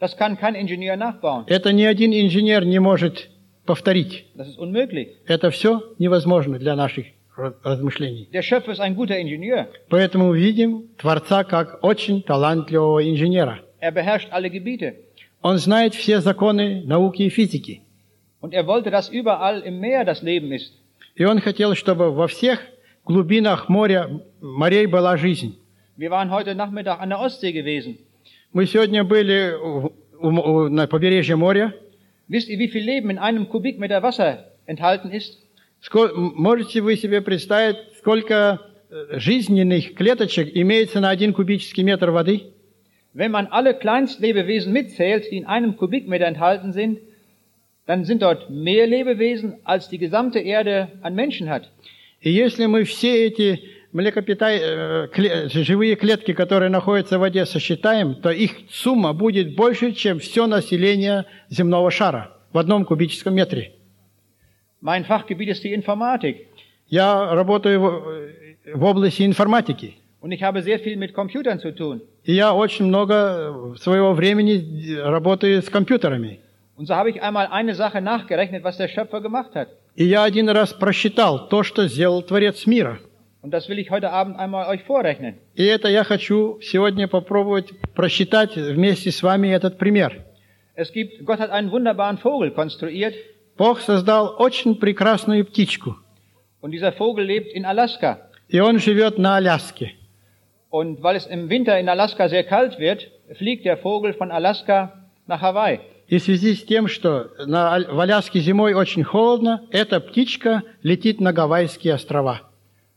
S1: Das kann kein Ingenieur nachbauen.
S2: Это ни один инженер не может повторить.
S1: Das ist unmöglich.
S2: Это все невозможно для наших раз- размышлений.
S1: Der Schöpfer ist ein guter Ingenieur.
S2: Поэтому видим Творца как очень талантливого инженера.
S1: Er beherrscht alle Gebiete.
S2: Он знает все законы науки и физики.
S1: Und er wollte, dass überall im Meer das Leben ist.
S2: И он хотел, чтобы во всех глубинах моря, морей была жизнь.
S1: Wir waren heute Nachmittag an der Ostsee gewesen.
S2: Мы сегодня были в- у м- у- на побережье моря.
S1: Wisst ihr, wie viel Leben in einem Kubikmeter Wasser enthalten ist?
S2: Ско- м- можете вы себе представить, сколько э, жизненных клеточек имеется на один кубический метр воды?
S1: Wenn man alle Kleinstlebewesen mitzählt, die in einem Kubikmeter enthalten sind, dann sind dort mehr Lebewesen, als die gesamte Erde an Menschen hat.
S2: И если мы все эти млекопитай, э, кле- живые клетки, которые находятся в воде, сосчитаем, то их сумма будет больше, чем все население земного шара в одном кубическом метре.
S1: Mein Fachgebiet ist die Informatik
S2: Я работаю в, э, в области информатики,
S1: und ich habe sehr viel mit Computern zu tun.
S2: и я очень много э, своего времени э, работаю с компьютерами.
S1: Und so habe ich einmal eine Sache nachgerechnet, was der Schöpfer gemacht hat.
S2: И я один раз просчитал то, что сделал Творец мира.
S1: Und das will ich heute Abend einmal euch vorrechnen.
S2: И это я хочу сегодня попробовать просчитать вместе с вами этот пример.
S1: Es gibt, Gott hat einen wunderbaren Vogel konstruiert
S2: Бог создал очень прекрасную птичку,
S1: und dieser Vogel lebt in Alaska.
S2: и он живет на Аляске.
S1: Und weil es im Winter in Alaska sehr kalt wird, fliegt der Vogel von Alaska nach Hawaii.
S2: И в связи с тем, что на, Аль- в Аляске зимой очень холодно, эта птичка летит на Гавайские острова.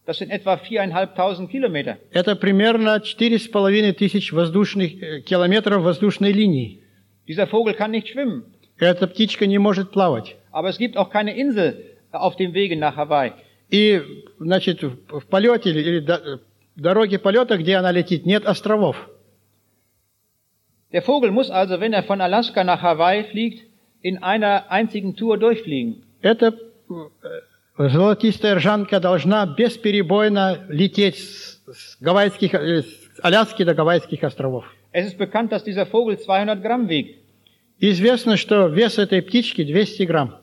S1: Das sind etwa viereinhalbtausend Kilometer.
S2: Это примерно четыре с половиной тысяч воздушных э, километров воздушной линии.
S1: Dieser Vogel kann nicht schwimmen,
S2: Эта птичка не может плавать.
S1: aber es gibt auch keine Insel auf dem Wege nach Hawaii.
S2: И, значит, в в полете или- или до- дороге полета, где она летит, нет островов.
S1: Der Vogel muss also, wenn er von Alaska nach Hawaii fliegt, in einer einzigen Tour durchfliegen.
S2: Эта э, золотистая ржанка должна бесперебойно лететь с, с гавайских, э, с Аляски до Гавайских островов.
S1: Es ist bekannt, dass dieser Vogel 200 Gramm wiegt.
S2: Известно, что вес этой птички 200 грамм.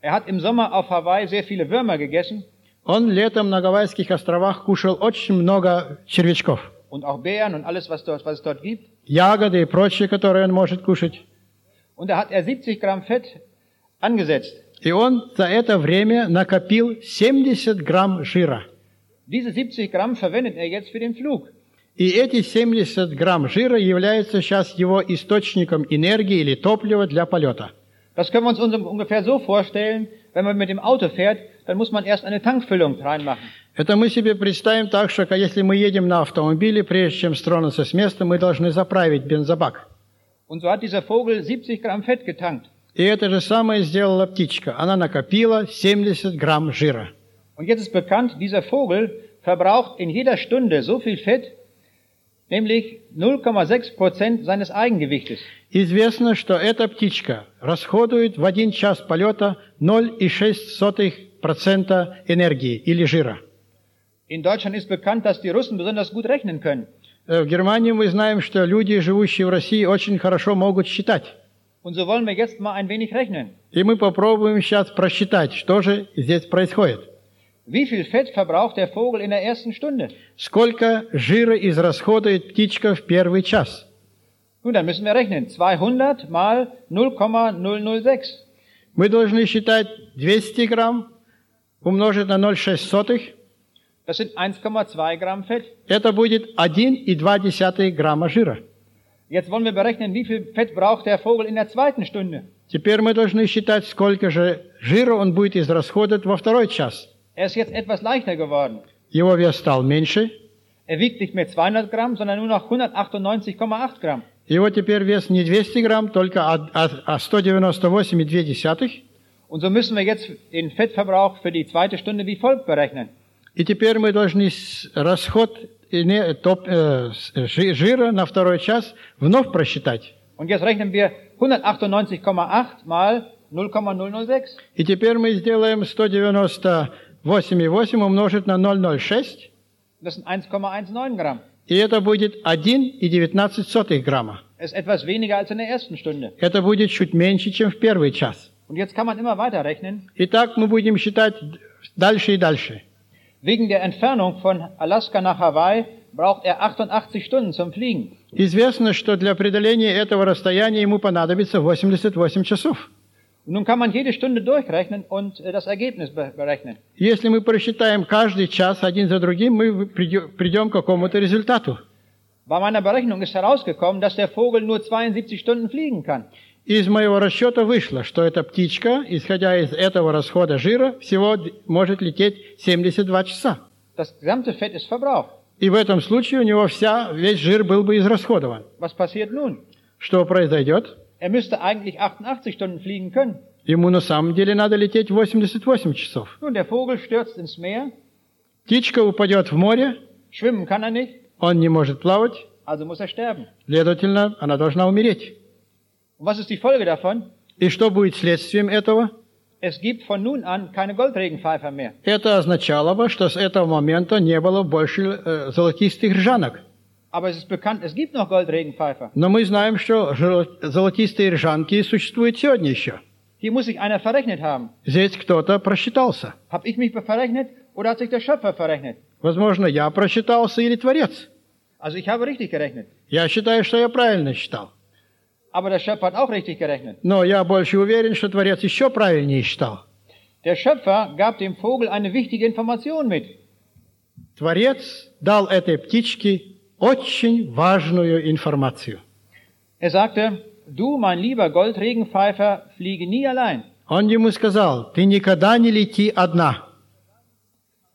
S1: Er hat im Sommer auf Hawaii sehr viele Würmer gegessen
S2: Он летом на Гавайских островах кушал очень много червячков.
S1: und auch Bären und alles, was, dort, was es dort gibt.
S2: Ягоды и прочее, которые он может кушать.
S1: Und da hat er 70 Gramm Fett angesetzt.
S2: И он за это время накопил 70 грамм жира.
S1: Diese 70 Gramm verwendet er jetzt für den Flug.
S2: И эти 70 грамм жира являются сейчас его источником энергии или топлива для полета.
S1: Das können wir uns unserem- ungefähr so vorstellen, wenn man mit dem Auto fährt, dann muss man erst eine Tankfüllung reinmachen.
S2: Это мы себе представим так, что если мы едем на автомобиле, прежде чем стронуться с места, мы должны заправить бензобак.
S1: Und so hat dieser Vogel 70 Gramm Fett getankt.
S2: И это же самое сделала птичка. Она накопила 70 грамм жира.
S1: Und jetzt ist bekannt, dieser Vogel verbraucht in jeder Stunde so viel Fett, nämlich 0,6 Prozent seines Eigengewichtes.
S2: Известно, что эта птичка расходует в один час полета 0,06% энергии или жира.
S1: In Deutschland ist bekannt, dass die Russen besonders gut rechnen können.
S2: Э, В Германии мы знаем, что люди, живущие в России, очень хорошо могут считать.
S1: Und so wollen wir jetzt mal ein wenig rechnen.
S2: И мы попробуем сейчас просчитать, что же здесь происходит.
S1: Wie viel Fett verbraucht der Vogel in der ersten Stunde?
S2: Сколько жира израсходует птичка в первый час?
S1: Nun, dann müssen wir rechnen. 200 mal 0,006.
S2: Мы должны считать 200 грамм умножить на 0,06.
S1: Das sind 1,2 Gramm Fett.
S2: Это будет 1,2 грамма жира.
S1: Jetzt wollen wir berechnen, wie viel Fett braucht der Vogel in der zweiten Stunde.
S2: Теперь мы должны считать, сколько же жира он будет израсходовать во второй час.
S1: Er ist jetzt etwas leichter geworden.
S2: Его вес стал меньше.
S1: Er wiegt nicht mehr 200 Gramm, sondern nur noch 198,8 Gramm.
S2: Его теперь вес не 200 грамм, только а- а- а 198,2.
S1: Und so müssen wir jetzt den Fettverbrauch für die zweite Stunde wie folgt berechnen.
S2: И теперь мы должны с- расход эне- топ- э, с- жи- жира на второй час вновь просчитать.
S1: Und jetzt rechnen wir 198,8 mal 0,006.
S2: И теперь мы сделаем 198,8 умножить на 0,06,
S1: Das sind 1,19 Gramm.
S2: и это будет 1,19 грамма.
S1: ist etwas weniger als in der ersten Stunde.
S2: Это будет чуть меньше, чем в первый час.
S1: Und jetzt kann man immer weiter rechnen.
S2: И так мы будем считать дальше и дальше.
S1: Wegen der Entfernung von Alaska nach Hawaii braucht er 88 Stunden zum Fliegen.
S2: Известно, что для преодоления этого расстояния ему понадобится 88 часов.
S1: Und nun kann man jede Stunde durchrechnen und äh, das Ergebnis be berechnen.
S2: Если мы просчитаем каждый час один за другим, мы вы- приде- придем к какому-то результату.
S1: Bei meiner Berechnung ist herausgekommen, dass der Vogel nur 72 Stunden fliegen kann.
S2: Из моего расчета вышло, что эта птичка, исходя из этого расхода жира, всего д- может лететь 72 часа.
S1: Das gesamte Fett ist verbraucht.
S2: И в этом случае у него вся, весь жир был бы израсходован.
S1: Was passiert nun?
S2: Что произойдет?
S1: Er müsste eigentlich 88 Stunden fliegen können.
S2: Ему на самом деле надо лететь 88 часов.
S1: Nun, der Vogel stürzt ins Meer,
S2: Птичка упадет в море,
S1: schwimmen kann er nicht,
S2: он не может плавать,
S1: also muss er sterben.
S2: следовательно, она должна умереть.
S1: Und was ist die Folge davon?
S2: И что будет следствием этого?
S1: Es gibt von nun an keine Goldregenpfeifer mehr.
S2: Это означало бы, что с этого момента не было больше э, золотистых ржанок.
S1: Aber es ist bekannt, es gibt noch Goldregenpfeifer.
S2: Но мы знаем, что жел- золотистые ржанки существуют сегодня еще.
S1: Hier muss sich einer verrechnet haben.
S2: Здесь кто-то просчитался.
S1: Hab ich mich verrechnet oder hat sich der Schöpfer verrechnet?
S2: Возможно, я просчитался или Творец.
S1: Also ich habe richtig gerechnet.
S2: Я считаю, что я правильно считал.
S1: Aber der Schöpfer hat auch richtig gerechnet.
S2: Но я больше уверен, что Творец еще правильнее считал.
S1: Der Schöpfer gab dem Vogel eine wichtige Information mit.
S2: Творец дал этой птичке очень важную информацию.
S1: Er sagte, du, mein lieber Goldregenpfeifer, fliege nie allein.
S2: Он ему сказал, ты никогда не лети одна.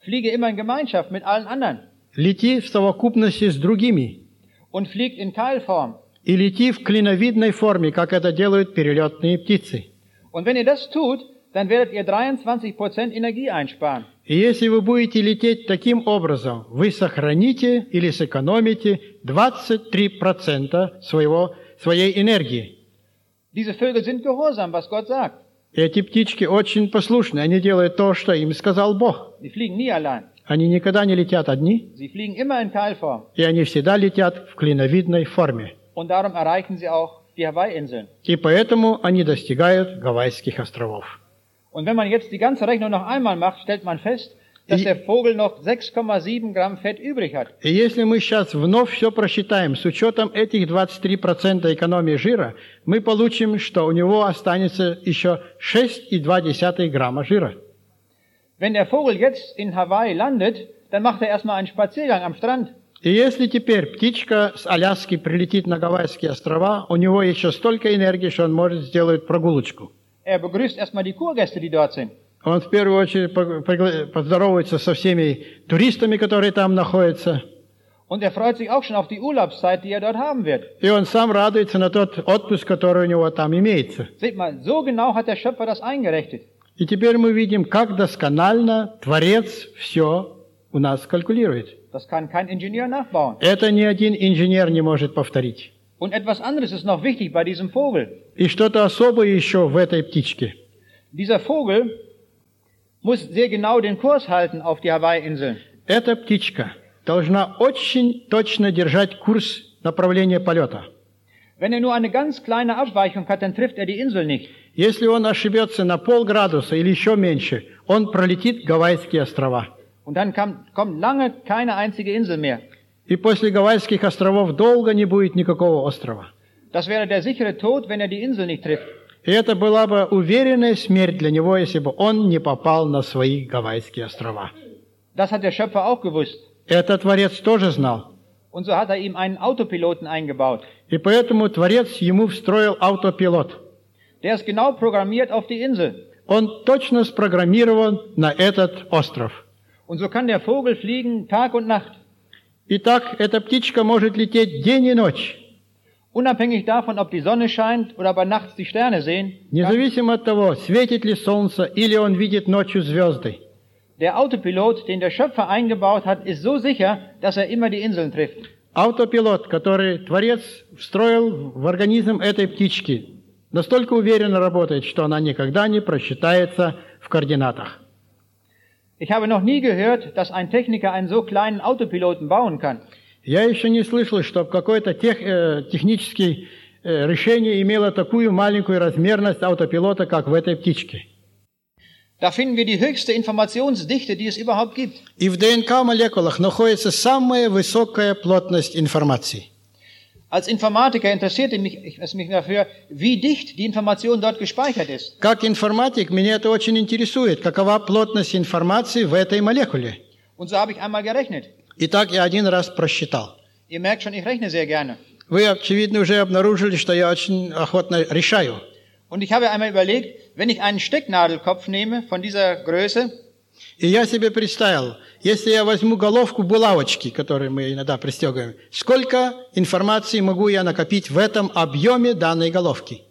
S1: Fliege immer in Gemeinschaft mit allen anderen
S2: Лети в совокупности с другими.
S1: und fliegt in Keilform.
S2: И лети в клиновидной форме, как это делают перелетные птицы.
S1: Und wenn ihr das tut, dann werdet ihr 23% Energie einsparen.
S2: И если вы будете лететь таким образом, вы сохраните или сэкономите 23% своего, своей энергии.
S1: Diese Vögel sind gehorsam, was Gott sagt.
S2: Эти птички очень послушны, они делают то, что им сказал Бог.
S1: Sie fliegen nie allein.
S2: Они никогда не летят одни,
S1: Sie fliegen immer in Keilform.
S2: и они всегда летят в клиновидной форме.
S1: Und darum erreichen sie auch die Hawaii-Inseln.
S2: И поэтому они достигают Гавайских островов.
S1: Und wenn man jetzt die ganze Rechnung noch einmal macht, stellt man fest, dass
S2: И-
S1: der Vogel noch 6,7 Gramm Fett übrig hat.
S2: И если мы сейчас вновь все просчитаем, с учетом этих 23% экономии жира, мы получим, что у него останется еще 6,2 грамма жира.
S1: Wenn der Vogel jetzt in Hawaii landet, dann macht er erstmal einen Spaziergang am Strand.
S2: И если теперь птичка с Аляски прилетит на Гавайские острова, у него еще столько энергии, что он может сделать прогулочку.
S1: Er begrüßt erstmal die Kurgäste, die dort sind.
S2: Он в первую очередь пог- пригла- поздоровается со всеми туристами, которые там находятся.
S1: Und er freut sich auch schon auf die Urlaubszeit, die er dort haben wird.
S2: И он сам радуется на тот отпуск, который у него там имеется.
S1: Seht mal, so genau hat der Schöpfer das eingerechnet.
S2: И теперь мы видим, как досконально Творец все у нас калькулирует.
S1: Das kann kein Ingenieur nachbauen.
S2: Это ни один инженер не может повторить.
S1: Und etwas anderes ist noch wichtig bei diesem Vogel.
S2: И что-то особое еще в этой птичке.
S1: Dieser Vogel muss sehr genau den Kurs halten auf die Hawaii-Inseln.
S2: Эта птичка должна очень точно держать kurs направления полета.
S1: Wenn er nur eine ganz kleine Abweichung hat, dann trifft er die Insel nicht.
S2: Если он ошибется на полградуса или еще меньше, он пролетит Гавайские острова.
S1: Und dann kam, kommt lange keine einzige Insel mehr.
S2: И после Гавайских островов долго не будет никакого острова.
S1: Das wäre der sichere Tod, wenn er die Insel nicht trifft.
S2: И это была бы уверенная смерть для него, если бы он не попал на свои Гавайские острова.
S1: Das hat der Schöpfer auch gewusst.
S2: Это Творец тоже знал.
S1: Und so hat er ihm einen Autopiloten eingebaut.
S2: И поэтому Творец ему встроил автопилот.
S1: Der ist genau programmiert auf die Insel.
S2: Он точно спрограммирован на этот остров.
S1: Und so kann der Vogel fliegen Tag und Nacht,
S2: Итак, эта птичка может лететь день и ночь,
S1: unabhängig davon, ob die Sonne scheint oder bei nachts die Sterne sehen.
S2: независимо от того, светит ли солнце или он видит ночью звезды.
S1: Der Autopilot, den der Schöpfer eingebaut hat, ist so sicher, dass er immer die Inseln trifft.
S2: Автопилот, который Творец встроил в организм этой птички, настолько уверенно работает, что она никогда не просчитается в координатах.
S1: Ich habe noch nie gehört, dass ein Techniker einen so kleinen Autopiloten bauen kann.
S2: Я еще не слышал, чтобы какое-то тех, э, техническое э, решение имело такую маленькую размерность автопилота, как в этой птичке.
S1: Da finden wir die höchste Informationsdichte, die es überhaupt gibt.
S2: И в ДНК-молекулах находится самая высокая плотность информации.
S1: Als Informatiker interessierte mich, ich, es mich dafür, wie dicht die Information dort gespeichert ist.
S2: Как информатик, меня это очень интересует, какова плотность информации в этой молекуле.
S1: Und so habe ich einmal gerechnet.
S2: Итак, я один раз просчитал.
S1: Ihr merkt schon, ich rechne sehr gerne.
S2: Вы, очевидно, уже обнаружили, что я очень охотно решаю.
S1: Und ich habe einmal überlegt, wenn ich einen Stecknadelkopf nehme von dieser Größe
S2: И я себе представил, если я возьму головку булавочки, которую мы иногда пристегиваем, сколько информации могу я накопить в этом объеме данной головки?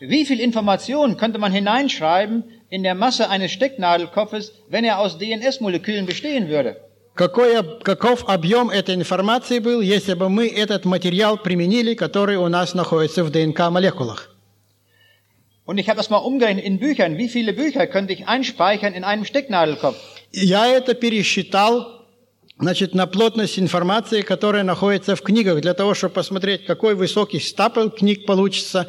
S1: Wie viel Information könnte man hineinschreiben in der Masse eines Stecknadelkopfes, wenn er aus DNS-Molekülen bestehen würde?
S2: Какой, об- каков объем этой информации был, если бы мы этот материал применили, который у нас находится в ДНК-молекулах?
S1: Und ich habe das mal umgerechnet in Büchern. Wie viele Bücher könnte ich einspeichern in einem Stecknadelkopf?
S2: Я это пересчитал, значит, на плотность информации, которая находится в книгах, для того, чтобы посмотреть, какой высокий стапель книг получится,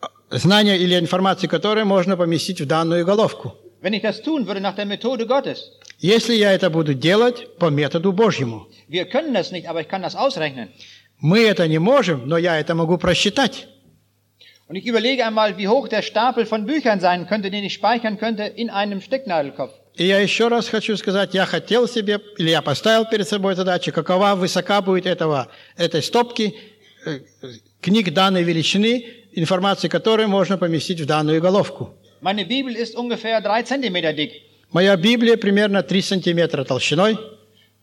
S2: а, знания или информации, которые можно поместить в данную головку.
S1: Wenn ich das tun würde nach der Methode Gottes.
S2: Если я это буду делать по методу Божьему.
S1: Wir können das nicht, aber ich kann das ausrechnen.
S2: Мы это не можем, но я это могу просчитать.
S1: Und ich überlege einmal, wie hoch der Stapel von Büchern sein könnte, den ich speichern könnte in einem Stecknadelkopf.
S2: И я еще раз хочу сказать, я хотел себе, или я поставил перед собой задачу, какова высока будет этого, этой стопки э, э, книг данной величины, информации которой можно поместить в данную головку.
S1: Meine Bibel ist ungefähr drei Zentimeter dick.
S2: Моя Библия примерно 3 сантиметра толщиной.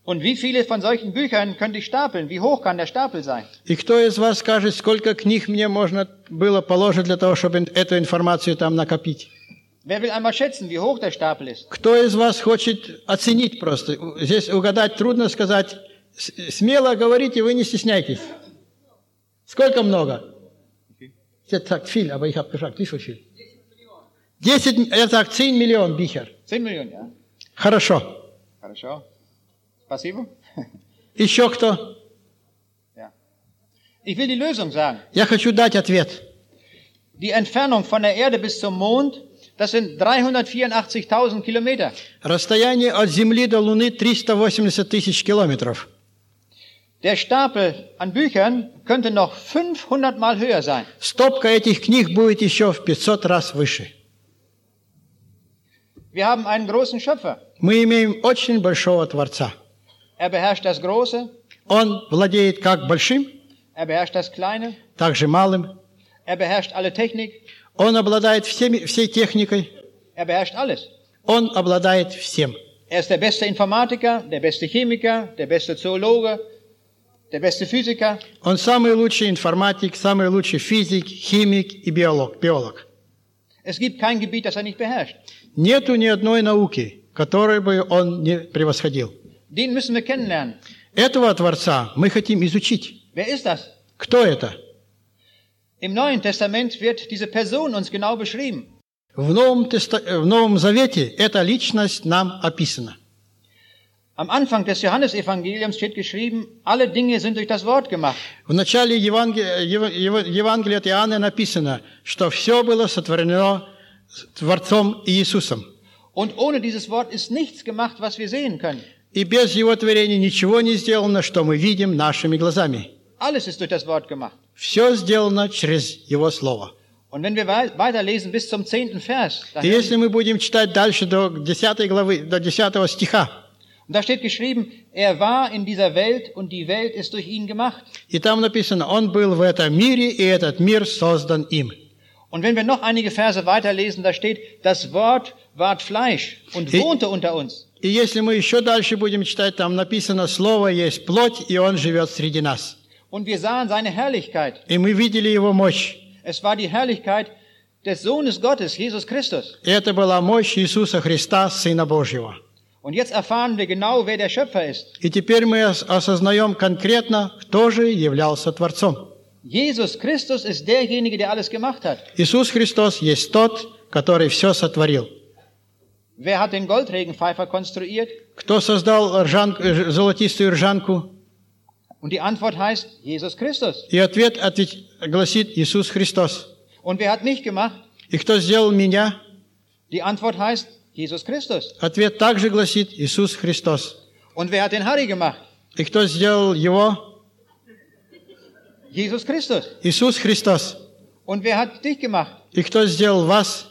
S1: Und wie viele von solchen Büchern könnte ich stapeln? Wie hoch kann der Stapel sein?
S2: И кто из вас скажет, сколько книг мне можно было положить для того, чтобы эту информацию там накопить?
S1: Wer will einmal schätzen, wie hoch der Stapel ist?
S2: Кто из вас хочет оценить просто? Здесь угадать трудно сказать. С- Смело говорите, вы не стесняйтесь. Сколько много? Это так, а viel, aber ich habe gefragt, wie viel viel? 10, er sagt 10 миллион Bücher.
S1: 10 Millionen, ja.
S2: Хорошо.
S1: Хорошо. Спасибо.
S2: Еще кто?
S1: Ja. Ich will die Lösung sagen.
S2: Я хочу дать ответ.
S1: Die Entfernung von der Erde bis zum Mond Das sind 384.000 Kilometer.
S2: Расстояние от Земли до Луны 380 тысяч километров.
S1: Der Stapel an Büchern könnte noch 500 Mal höher sein.
S2: Стопка этих книг будет еще в 500 раз выше.
S1: Wir haben einen großen Schöpfer.
S2: Мы имеем очень большого Творца.
S1: Er beherrscht das Große,
S2: Он владеет как большим,
S1: er beherrscht das Kleine,
S2: так же малым.
S1: er beherrscht alle Technik,
S2: Он обладает всеми, всей техникой.
S1: er beherrscht alles.
S2: Он обладает всем.
S1: Er ist der beste Informatiker, der beste Chemiker, der beste Zoologe, der beste Physiker.
S2: Он самый лучший информатик, самый лучший физик, химик и биолог. биолог.
S1: Es gibt kein Gebiet, das er nicht beherrscht.
S2: Нету ни одной науки, которой бы он не превосходил.
S1: Den müssen wir kennenlernen.
S2: Этого Творца мы хотим изучить.
S1: Wer ist das?
S2: Кто это?
S1: Im Neuen Testament wird diese Person uns genau beschrieben.
S2: В Новом, Теста- э, в Новом Завете эта личность нам описана.
S1: Am Anfang des Johannesevangeliums steht geschrieben, alle Dinge sind durch das Wort gemacht.
S2: В начале Еванге- э, Ев- Ев- Евангелия от Иоанна написано, что все было сотворено с Творцом Иисусом.
S1: Und ohne dieses Wort ist nichts gemacht, was wir sehen können.
S2: И без Его творения ничего не сделано, что мы видим нашими глазами.
S1: Alles ist durch das Wort gemacht.
S2: Все сделано через Его Слово.
S1: Und wenn wir wei- weiterlesen bis zum zehnten Vers, da,
S2: И если мы будем читать дальше до 10 главы, до 10 стиха,
S1: und da steht geschrieben, er war in dieser Welt und die Welt ist durch ihn gemacht.
S2: и там написано, Он был в этом мире, и этот мир создан им.
S1: Und wenn wir noch einige Verse weiterlesen, da steht, das Wort ward Fleisch und
S2: Ich-
S1: wohnte unter uns.
S2: И если мы еще дальше будем читать, там написано, Слово есть плоть, и Он живет среди нас.
S1: Und wir sahen seine Herrlichkeit.
S2: И мы видели Его мощь.
S1: Es war die Herrlichkeit des Sohnes Gottes, Jesus Christus.
S2: И это была мощь Иисуса Христа, Сына Божьего.
S1: Und jetzt erfahren wir genau, wer der Schöpfer ist.
S2: И теперь мы ос- осознаем конкретно, кто же являлся Творцом.
S1: Jesus Christus ist derjenige, der alles gemacht hat.
S2: Иисус Христос есть тот, который все сотворил.
S1: Wer hat den Goldregenpfeifer konstruiert?
S2: Кто создал ржан- э, золотистую ржанку?
S1: Und die Antwort heißt Jesus Christus.
S2: И ответ ответ- гласит Иисус Христос.
S1: Und wer hat mich gemacht?
S2: И кто сделал меня?
S1: Die Antwort heißt Jesus Christus.
S2: Ответ также гласит Иисус Христос.
S1: Und wer hat den Harry gemacht?
S2: И кто сделал его?
S1: Jesus Christus.
S2: Иисус Христос.
S1: Und wer hat dich gemacht?
S2: И кто сделал вас?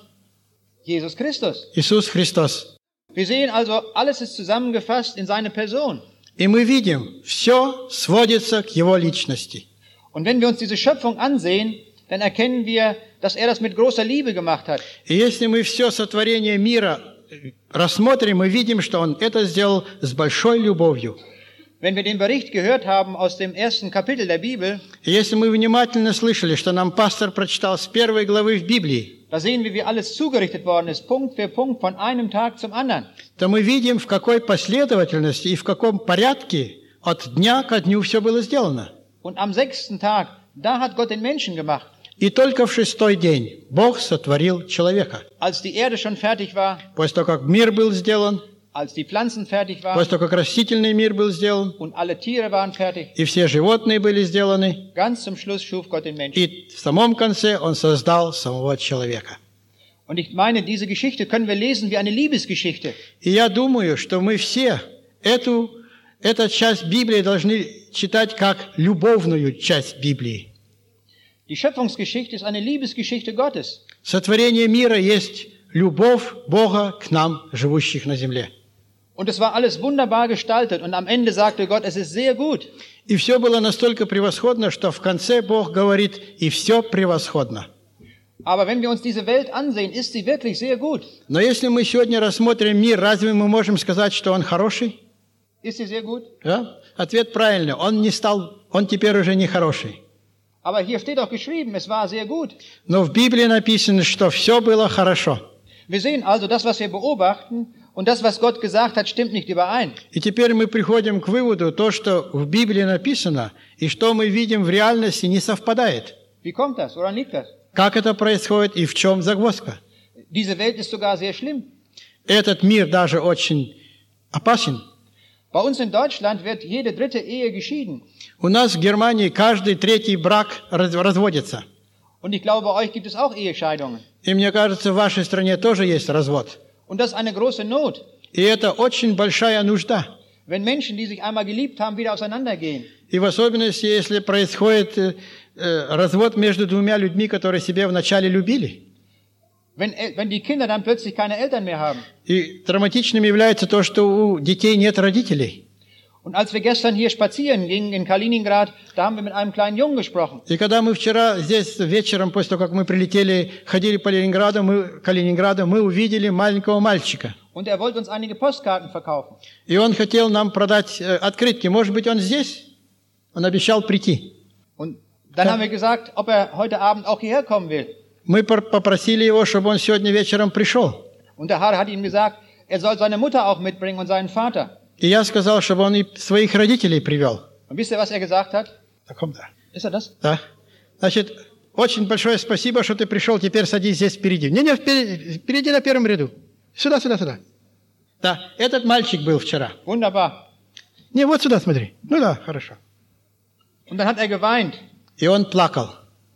S1: Jesus Christus.
S2: Иисус Христос.
S1: Wir sehen also, alles ist zusammengefasst in seine Person.
S2: И мы видим, все сводится к его личности.
S1: Und wenn wir uns diese Schöpfung ansehen, dann erkennen wir, dass er das mit großer Liebe gemacht hat.
S2: И если мы все сотворение мира э, рассмотрим, мы видим, что он это сделал с большой любовью.
S1: Wenn wir den Bericht gehört haben aus dem ersten Kapitel der Bibel,
S2: И если мы внимательно слышали, что нам пастор прочитал с первой главы в Библии,
S1: da sehen wir, wie alles zugerichtet worden ist, Punkt für Punkt, von einem Tag zum anderen.
S2: то мы видим, в какой последовательности и в каком порядке от дня ко дню все было сделано.
S1: Und am sechsten Tag, da hat Gott den Menschen gemacht.
S2: И только в шестой день Бог сотворил человека.
S1: Als die Erde schon fertig war,
S2: После того, как мир был сделан,
S1: als die Pflanzen fertig waren
S2: после того, как растительный мир был сделан,
S1: und alle Tiere waren fertig,
S2: и все животные были сделаны,
S1: ganz zum Schluss schuf Gott den Menschen.
S2: и в самом конце он создал самого человека.
S1: Und ich meine, diese Geschichte können wir lesen wie eine Liebesgeschichte.
S2: И я думаю, что мы все эту, эту часть Библии должны читать как любовную часть Библии.
S1: Die Schöpfungsgeschichte ist eine Liebesgeschichte Gottes.
S2: Сотворение мира есть любовь Бога к нам, живущих на земле.
S1: Und es war alles wunderbar gestaltet. Und am Ende sagte Gott, es ist sehr gut.
S2: И все было настолько превосходно, что в конце Бог говорит, и все превосходно.
S1: Aber wenn wir uns diese Welt ansehen, ist sie wirklich sehr gut.
S2: Но если мы сегодня рассмотрим мир, разве мы можем сказать, что он хороший?
S1: Ist sie sehr gut?
S2: Да? Ответ правильный. Он не стал, он теперь уже не хороший.
S1: Aber hier steht auch geschrieben, es war sehr gut.
S2: Но в Библии написано, что все было хорошо.
S1: Wir sehen also, das, was wir beobachten und das, was Gott gesagt hat, stimmt nicht überein.
S2: И теперь мы приходим к выводу, то, что в Библии написано, и что мы видим в реальности, не совпадает.
S1: Wie kommt das? Woran liegt das?
S2: Как это происходит и в чем загвоздка?
S1: Diese Welt ist sogar sehr schlimm.
S2: Этот мир даже очень опасен.
S1: Bei uns in Deutschland wird jede dritte Ehe geschieden.
S2: У нас в Германии каждый третий брак раз- разводится.
S1: Und ich glaube, bei euch gibt es auch Ehescheidungen.
S2: И мне кажется, в вашей стране тоже есть развод.
S1: Und das ist eine große Not,
S2: И это очень большая нужда.
S1: wenn Menschen, die sich einmal geliebt haben, wieder auseinandergehen.
S2: И в особенности, если происходит э, э, развод между двумя людьми, которые себе вначале любили.
S1: Wenn, El- wenn die Kinder dann plötzlich keine Eltern mehr haben.
S2: И травматичным является то, что у детей нет родителей.
S1: Und als wir gestern hier spazieren gingen in Kaliningrad, da haben wir mit einem kleinen Jungen gesprochen.
S2: И когда мы вчера здесь вечером, после того, как мы прилетели, ходили по Ленинграду, мы, Калининграду, мы увидели маленького мальчика.
S1: Und er wollte uns einige Postkarten verkaufen.
S2: И он хотел нам продать э, открытки. Может быть, он здесь? Он обещал прийти.
S1: Und dann
S2: Ja.
S1: haben wir gesagt, ob er heute Abend auch hierher kommen will.
S2: Мы пор- попросили его, чтобы он сегодня вечером пришел.
S1: Und der Herr hat ihm gesagt, er soll seine Mutter auch mitbringen und seinen Vater.
S2: И я сказал, чтобы он и своих родителей привел.
S1: Und wisst ihr, was er gesagt hat?
S2: Да.
S1: Ist er das?
S2: Да. Значит, очень большое спасибо, что ты пришел. Теперь садись здесь впереди. Не-не, впереди, впереди на первом ряду. Сюда, сюда, сюда. Да, этот мальчик был вчера.
S1: Wunderbar.
S2: Не, вот сюда смотри. Ну да, хорошо.
S1: Und dann hat er geweint.
S2: И он плакал.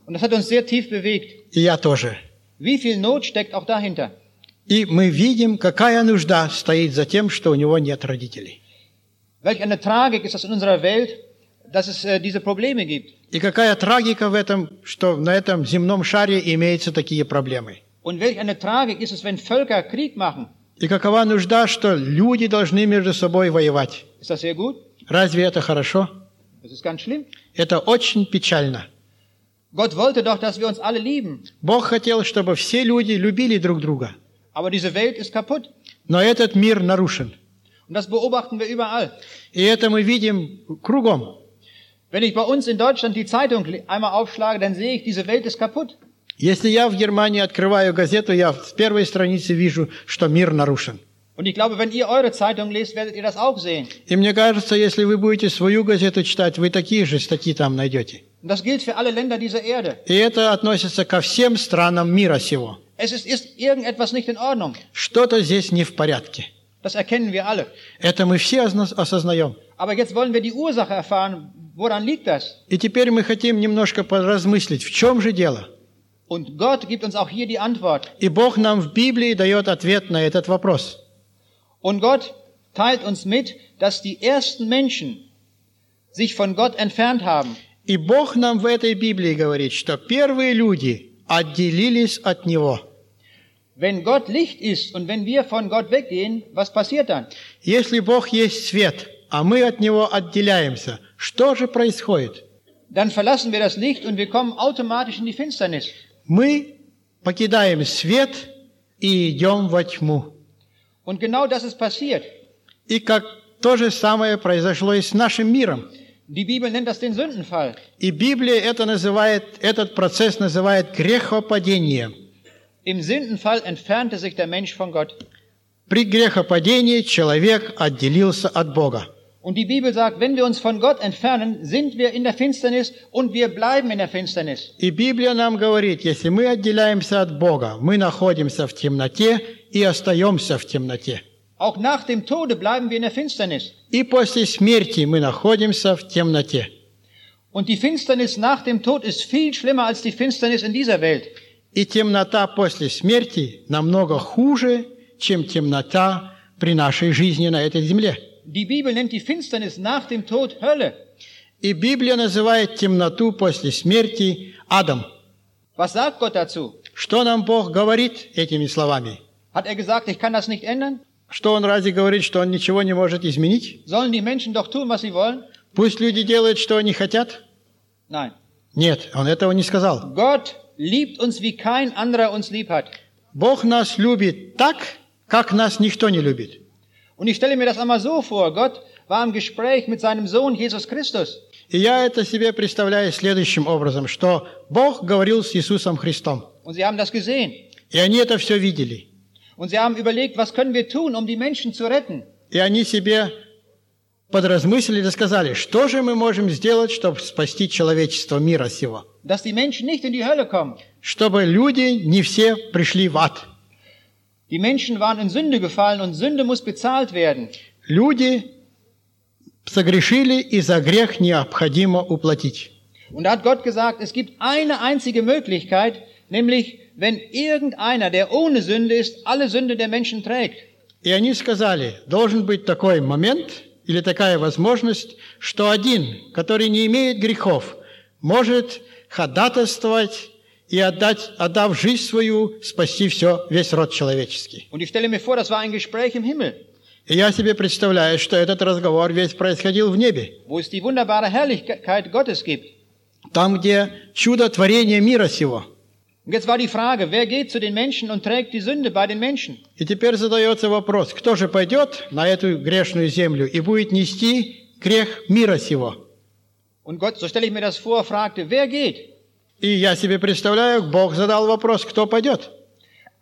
S1: Und das hat uns sehr tief bewegt.
S2: И я тоже.
S1: Wie viel Not steckt auch dahinter?
S2: И мы видим, какая нужда стоит за тем, что у него нет родителей.
S1: Welch eine Tragik ist das in unserer Welt, dass es äh, diese Probleme gibt.
S2: И какая трагика в этом, что на этом земном шаре имеются такие проблемы.
S1: Und welch eine Tragik ist es, wenn Völker Krieg machen.
S2: И какова нужда, что люди должны между собой воевать.
S1: Ist das sehr gut?
S2: Разве это хорошо?
S1: Das ist ganz schlimm.
S2: Это очень печально.
S1: Gott wollte doch, dass wir uns alle lieben.
S2: Бог хотел, чтобы все люди любили друг друга.
S1: Aber diese Welt ist kaputt.
S2: Но этот мир нарушен.
S1: Und das beobachten wir überall.
S2: И это мы видим кругом.
S1: Wenn ich bei uns in Deutschland die Zeitung le- einmal aufschlage, dann sehe ich, diese Welt ist kaputt.
S2: Если я в Германии открываю газету, я с первой страницы вижу, что мир нарушен.
S1: Und ich glaube, wenn ihr eure Zeitung lest, werdet ihr das auch sehen.
S2: И мне кажется, если вы будете свою газету читать, вы такие же статьи там найдете.
S1: Und das gilt für alle Länder dieser Erde.
S2: И это относится ко всем странам мира сего.
S1: Es ist, ist irgendetwas nicht in Ordnung.
S2: Что-то здесь не в порядке.
S1: Das erkennen wir alle.
S2: Это мы все озна- осознаем.
S1: Aber jetzt wollen wir die Ursache erfahren. Woran liegt das?
S2: И теперь мы хотим немножко поразмыслить, в чем же дело.
S1: Und Gott gibt uns auch hier die Antwort.
S2: И Бог нам в Библии дает ответ на этот вопрос.
S1: Und Gott teilt uns mit, dass die ersten Menschen sich von Gott entfernt haben.
S2: И Бог нам в этой Библии говорит, что первые люди отделились от Него.
S1: Wenn Gott Licht ist und wenn wir von Gott weggehen, was passiert dann?
S2: Если Бог есть свет, а мы от Него отделяемся, что же происходит?
S1: Dann verlassen wir das Licht und wir kommen automatisch in die Finsternis.
S2: Мы покидаем свет и идем во тьму.
S1: Und genau das ist passiert.
S2: И как то же самое произошло и с нашим миром.
S1: Die Bibel nennt das den Sündenfall.
S2: И Библия это называет, этот процесс называет грехопадением.
S1: Im Sündenfall entfernte sich der Mensch von Gott.
S2: При грехопадении человек отделился от Бога.
S1: Und die Bibel sagt, wenn wir uns von Gott entfernen, sind wir in der Finsternis und wir bleiben in der Finsternis.
S2: И Библия нам говорит, если мы отделяемся от Бога, мы находимся в темноте и остаемся в темноте.
S1: Auch nach dem Tode bleiben wir in der Finsternis.
S2: И после смерти мы находимся в темноте.
S1: Und die Finsternis nach dem Tod ist viel schlimmer als die Finsternis in dieser Welt.
S2: И темнота после смерти намного хуже, чем темнота при нашей жизни на этой земле.
S1: Die Bibel nennt die Finsternis nach dem Tod Hölle.
S2: И Библия называет темноту после смерти адом.
S1: Was sagt Gott dazu?
S2: Что нам Бог говорит этими словами?
S1: Hat er gesagt, ich kann das nicht ändern?
S2: Что Он разве говорит, что Он ничего не может изменить?
S1: Sollen die Menschen doch tun, was sie wollen?
S2: Пусть люди делают, что они хотят?
S1: Nein.
S2: Нет, Он этого не сказал.
S1: Gott liebt uns, wie kein anderer uns lieb hat.
S2: Бог нас любит так, как нас никто не любит.
S1: Und ich stelle mir das einmal so vor. Gott war im Gespräch mit seinem Sohn Jesus Christus.
S2: И я это себе представляю следующим образом, что Бог говорил с Иисусом Христом.
S1: Und sie haben das gesehen.
S2: И они это все видели.
S1: Und sie haben überlegt, was können wir tun, um die Menschen zu retten?
S2: И они себе подразмыслили и сказали, что же мы можем сделать, чтобы спасти человечество мира сего.
S1: Dass die Menschen nicht in die Hölle kommen.
S2: Чтобы люди не все пришли в ад.
S1: Die Menschen waren in Sünde gefallen und Sünde muss bezahlt werden.
S2: Люди согрешили, и за грех необходимо уплатить.
S1: Und da hat Gott gesagt, es gibt eine einzige Möglichkeit, nämlich wenn irgendeiner, der ohne Sünde ist, alle Sünde der Menschen trägt.
S2: И они сказали, должен быть такой момент или такая возможность, что один, который не имеет грехов, может ходатайствовать и отдать, отдав жизнь свою, спасти все, весь род человеческий.
S1: Und ich stelle mir vor, das war ein Gespräch im Himmel,
S2: И я себе представляю, что этот разговор весь происходил в небе,
S1: wo es die wunderbare Herrlichkeit Gottes gibt.
S2: там, где чудо творения мира сего.
S1: Und jetzt war die Frage, wer geht zu den Menschen und trägt die Sünde bei den Menschen?
S2: И теперь задается вопрос, кто же пойдет на эту грешную землю и будет нести грех мира сего?
S1: Und Gott, so stelle ich mir das vor, fragte, wer geht?
S2: И я себе представляю, Бог задал вопрос, кто пойдет?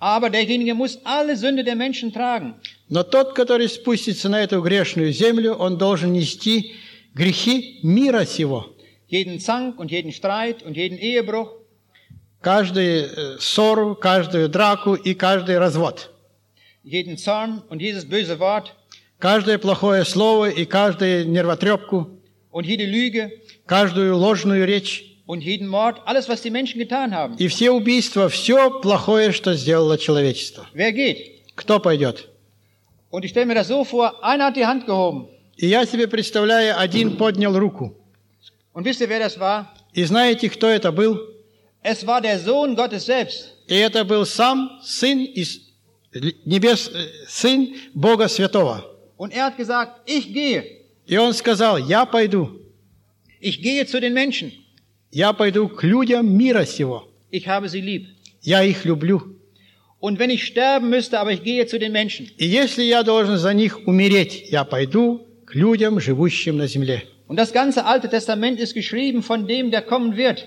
S1: Aber derjenige muss alle Sünde der Menschen tragen.
S2: Но тот, который спустится на эту грешную землю, он должен нести грехи мира сего.
S1: Jeden Zank und jeden Streit und jeden Ehebruch.
S2: Каждую э, ссору, каждую драку и каждый развод.
S1: jeden Zorn und jedes böse Wort
S2: Каждое плохое слово и каждую нервотрепку,
S1: und jede Lüge
S2: каждую ложную речь.
S1: und jeden Mord, alles, was die Menschen getan haben.
S2: И все убийства, все плохое, что сделало человечество.
S1: Wer geht?
S2: Кто пойдет?
S1: Und ich stelle mir das so vor, einer hat die Hand gehoben.
S2: И я себе представляю, один поднял руку.
S1: Und wisst ihr, wer das war?
S2: И знаете, кто это был?
S1: Es war der Sohn Gottes selbst.
S2: И это был сам Сын из небес, э, Сын Бога Святого.
S1: Und er hat gesagt, ich gehe.
S2: И он сказал, я пойду,
S1: Ich gehe zu den Menschen.
S2: я пойду к людям мира сего,
S1: Ich habe sie lieb.
S2: я их люблю.
S1: Und wenn ich sterben müsste, aber ich gehe zu den Menschen.
S2: И если я должен за них умереть, я пойду к людям, живущим на земле.
S1: Und das ganze Alte Testament ist geschrieben von dem, der kommen wird.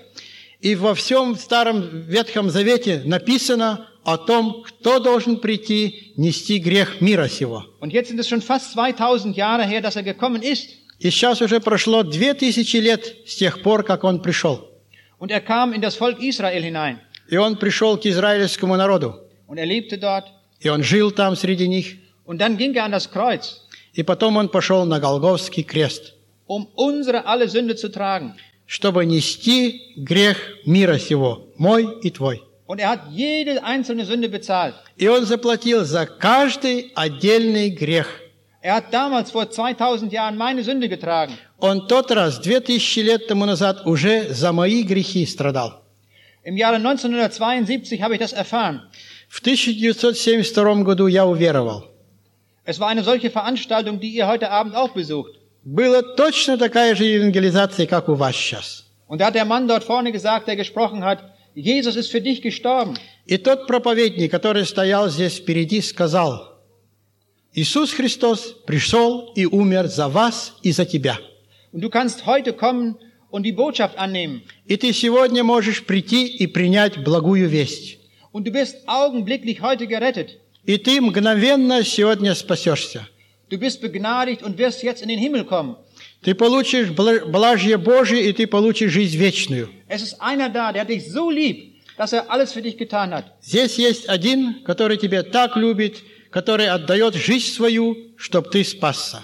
S2: И во всем Старом Ветхом Завете написано о том, кто должен прийти нести грех мира сего.
S1: Und jetzt sind es schon fast 2000 Jahre her, dass er gekommen ist.
S2: И сейчас уже прошло две тысячи лет с тех пор, как он пришел.
S1: Und er kam in das Volk Israel hinein.
S2: И он пришел к израильскому народу.
S1: Und er lebte dort.
S2: И он жил там среди них.
S1: Und dann ging er an das Kreuz,
S2: И потом он пошел на Голговский крест.
S1: um unsere alle Sünde zu tragen.
S2: чтобы нести грех мира сего, мой и твой.
S1: Und er hat jede einzelne Sünde bezahlt.
S2: И он заплатил за каждый отдельный грех.
S1: Er hat damals vor 2000 Jahren meine Sünde getragen.
S2: Он тот раз, две тысячи лет тому назад, уже за мои грехи страдал.
S1: Im Jahre 1972 habe ich das erfahren.
S2: В 1972 году я уверовал.
S1: Es war eine solche Veranstaltung, die ihr heute Abend auch besucht.
S2: Была точно такая же евангелизация, как у вас сейчас.
S1: Und da hat der Mann dort vorne gesagt, der gesprochen hat, Jesus ist für dich gestorben.
S2: И тот проповедник, который стоял здесь впереди, сказал, «Иисус Христос пришел и умер за вас и за тебя».
S1: Und du kannst heute kommen und die Botschaft annehmen.
S2: И ты сегодня можешь прийти и принять благую весть.
S1: Und du wirst augenblicklich heute gerettet.
S2: И ты мгновенно сегодня спасешься.
S1: Du bist begnadigt und wirst jetzt in den Himmel kommen.
S2: Ты получишь бла- блажье Божие, и ты получишь жизнь вечную.
S1: Es ist einer da, der dich so liebt, dass er alles für dich getan hat.
S2: Здесь есть один, который тебя так любит, который отдает жизнь свою, чтобы ты спасся.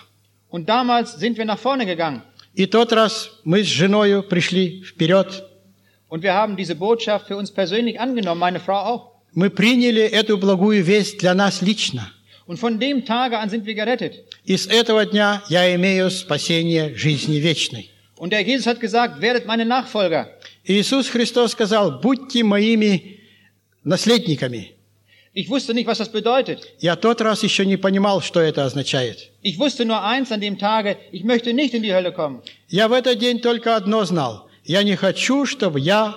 S1: Und damals sind wir nach vorne gegangen
S2: И тот раз мы с женою пришли вперед.
S1: und wir haben diese Botschaft für uns persönlich angenommen, meine Frau auch.
S2: Мы приняли эту благую весть для нас лично.
S1: Und von dem Tage an sind wir gerettet.
S2: И с этого дня я имею спасение жизни вечной.
S1: Und der Jesus hat gesagt, werdet meine Nachfolger.
S2: Иисус Христос сказал, будьте моими наследниками.
S1: Ich wusste nicht, was das bedeutet.
S2: Я тот раз еще не понимал, что это означает.
S1: Ich wusste nur eins an dem Tage, ich möchte nicht in die Hölle kommen.
S2: Я в этот день только одно знал. Я не хочу, чтобы я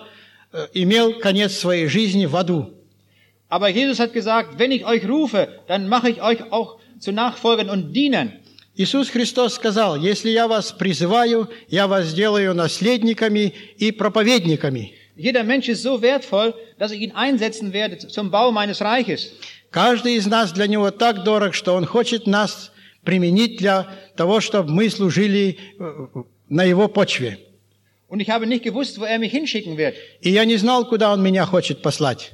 S2: э, имел конец своей жизни в аду.
S1: Aber Jesus hat gesagt, wenn ich euch rufe, dann mache ich euch auch zu Nachfolgern und Dienern.
S2: Иисус Христос сказал, если я вас призываю, я вас сделаю наследниками и проповедниками.
S1: Jeder Mensch ist so wertvoll, dass ich ihn einsetzen werde zum Bau meines Reiches.
S2: Каждый из нас для него так дорог, что он хочет нас применить для того, чтобы мы служили э, на его почве.
S1: Und ich habe nicht gewusst, wo er mich hinschicken wird.
S2: И я не знал, куда он меня хочет послать.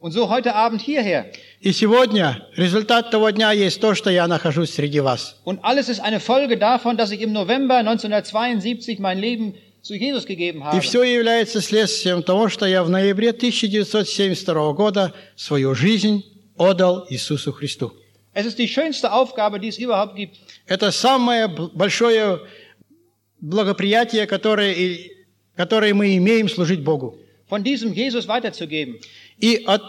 S1: Und so heute Abend hierher.
S2: И сегодня результат того дня есть то, что я нахожусь среди вас.
S1: Und alles ist eine Folge davon, dass ich im November 1972 mein Leben zu Jesus gegeben
S2: И
S1: habe.
S2: все является следствием того, что я в ноябре 1972 года свою жизнь отдал Иисусу Христу.
S1: Es ist die schönste Aufgabe, die es überhaupt gibt.
S2: Это самое бл- большое благоприятие, которое, и- которое мы имеем служить Богу.
S1: von diesem Jesus weiterzugeben.
S2: И от